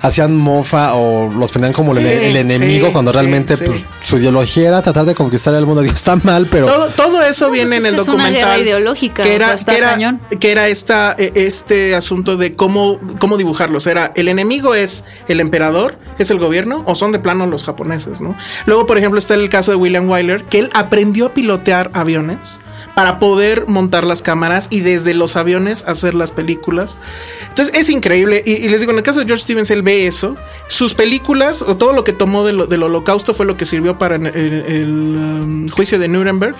S5: hacían mofa o los ponían como el,
S7: Sí,
S5: el enemigo
S7: sí,
S5: cuando
S7: sí,
S5: realmente
S7: sí.
S5: pues, su ideología era tratar de conquistar el mundo. [laughs] Digo, está mal, pero...
S7: Todo, todo eso
S6: pues
S7: viene
S6: es
S7: en el
S6: que es una
S7: documental.
S6: guerra ideológica,
S7: Que
S6: o
S7: era,
S6: sea, está
S7: que era,
S6: cañón.
S7: que era esta, eh, este asunto de cómo, cómo dibujarlos. Era el enemigo es el emperador, es el gobierno, o son de plano los japoneses, ¿no? Luego, por ejemplo, está el caso de William Wyler, que él aprendió a pilotear aviones para poder montar las cámaras y desde los aviones hacer las películas. Entonces es increíble. Y, y les digo, en el caso de George Stevens, él ve eso. Sus películas, o todo lo que tomó de lo- del holocausto fue lo que sirvió para el, el- el, um, juicio de Nuremberg,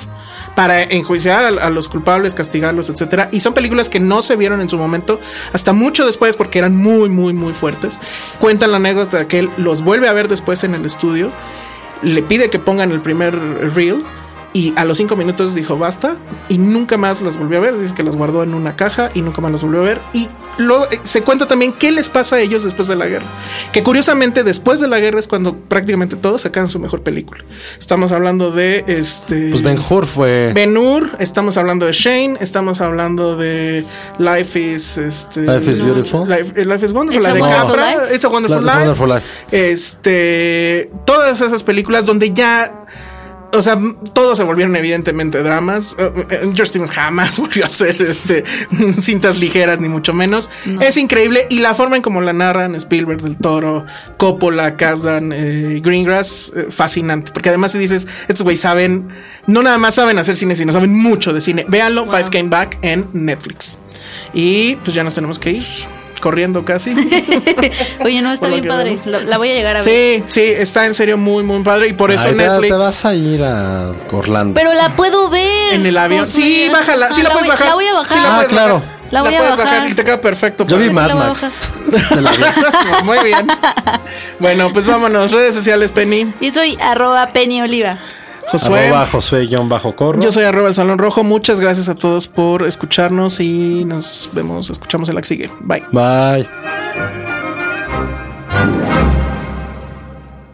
S7: para enjuiciar a, a los culpables, castigarlos, etcétera. Y son películas que no se vieron en su momento, hasta mucho después, porque eran muy, muy, muy fuertes. Cuentan la anécdota de que él los vuelve a ver después en el estudio le pide que pongan el primer reel y a los cinco minutos dijo basta y nunca más las volvió a ver. Dice que las guardó en una caja y nunca más las volvió a ver. Y luego eh, se cuenta también qué les pasa a ellos después de la guerra. Que curiosamente después de la guerra es cuando prácticamente todos sacan su mejor película. Estamos hablando de este...
S5: Pues Ben Hur fue...
S7: Ben Hur, estamos hablando de Shane, estamos hablando de Life is este,
S5: Life is Beautiful.
S7: Life, eh, Life is
S6: It's
S7: Wonderful, la
S6: a
S7: de
S6: Wonderful
S7: Capra,
S6: Life.
S7: It's a Wonderful,
S5: La- It's a
S7: life,
S5: Wonderful Life.
S7: Este, todas esas películas donde ya o sea, m- todos se volvieron evidentemente dramas. Eh, eh, George Stevens jamás [laughs] volvió a hacer este, [laughs] cintas ligeras, ni mucho menos. Es increíble. Y la forma en como la narran Spielberg del Toro, Coppola, Kasdan, eh, Greengrass, eh, fascinante. Porque además si dices, estos güey saben, no nada más saben hacer cine, sino saben mucho de cine. Véanlo, Five Came Back en Netflix. Y pues ya nos tenemos que ir. Corriendo casi.
S6: Oye, no, está
S7: Por lo
S6: bien
S7: que
S6: padre.
S7: vemos.
S6: Lo- la voy a llegar a ver.
S7: sí, sí, está en serio muy, muy padre. Y por eso
S5: Ay, Ah, te-
S7: Netflix.
S5: Te, vas a ir a Orlando.
S6: Pero la puedo ver.
S7: En el avión. Sí,
S6: Josué.
S7: bájala. Sí,
S6: Ah,
S7: la puedes
S6: voy-
S7: bajar.
S6: La voy a
S7: Sí,
S6: bajar.
S7: la
S5: Ah,
S7: puedes
S5: claro.
S7: bajar.
S6: La voy a
S7: puedes bajar.
S6: bajar.
S7: y te queda perfecto.
S5: Yo vi
S6: Entonces
S5: Mad
S6: la voy a
S5: Max. [laughs]
S6: bajar.
S5: Te la vi.
S7: para- [laughs] Muy bien. Bueno, pues vámonos. Redes sociales, Penny.
S6: Y soy arroba Penny Oliva.
S7: Josué.
S5: Arroba Josué-Corro.
S7: Yo soy arroba el Salón Rojo. Muchas gracias a todos por escucharnos y nos vemos, escuchamos en la que sigue. Bye.
S5: Bye.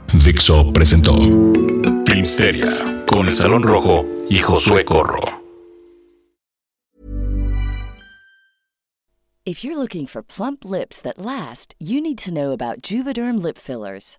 S4: Dixo presentó Filmsteria con el Salón Rojo y Josué Corro.
S8: If you're looking for plump lips that last, you need to know about Juvederm lip fillers.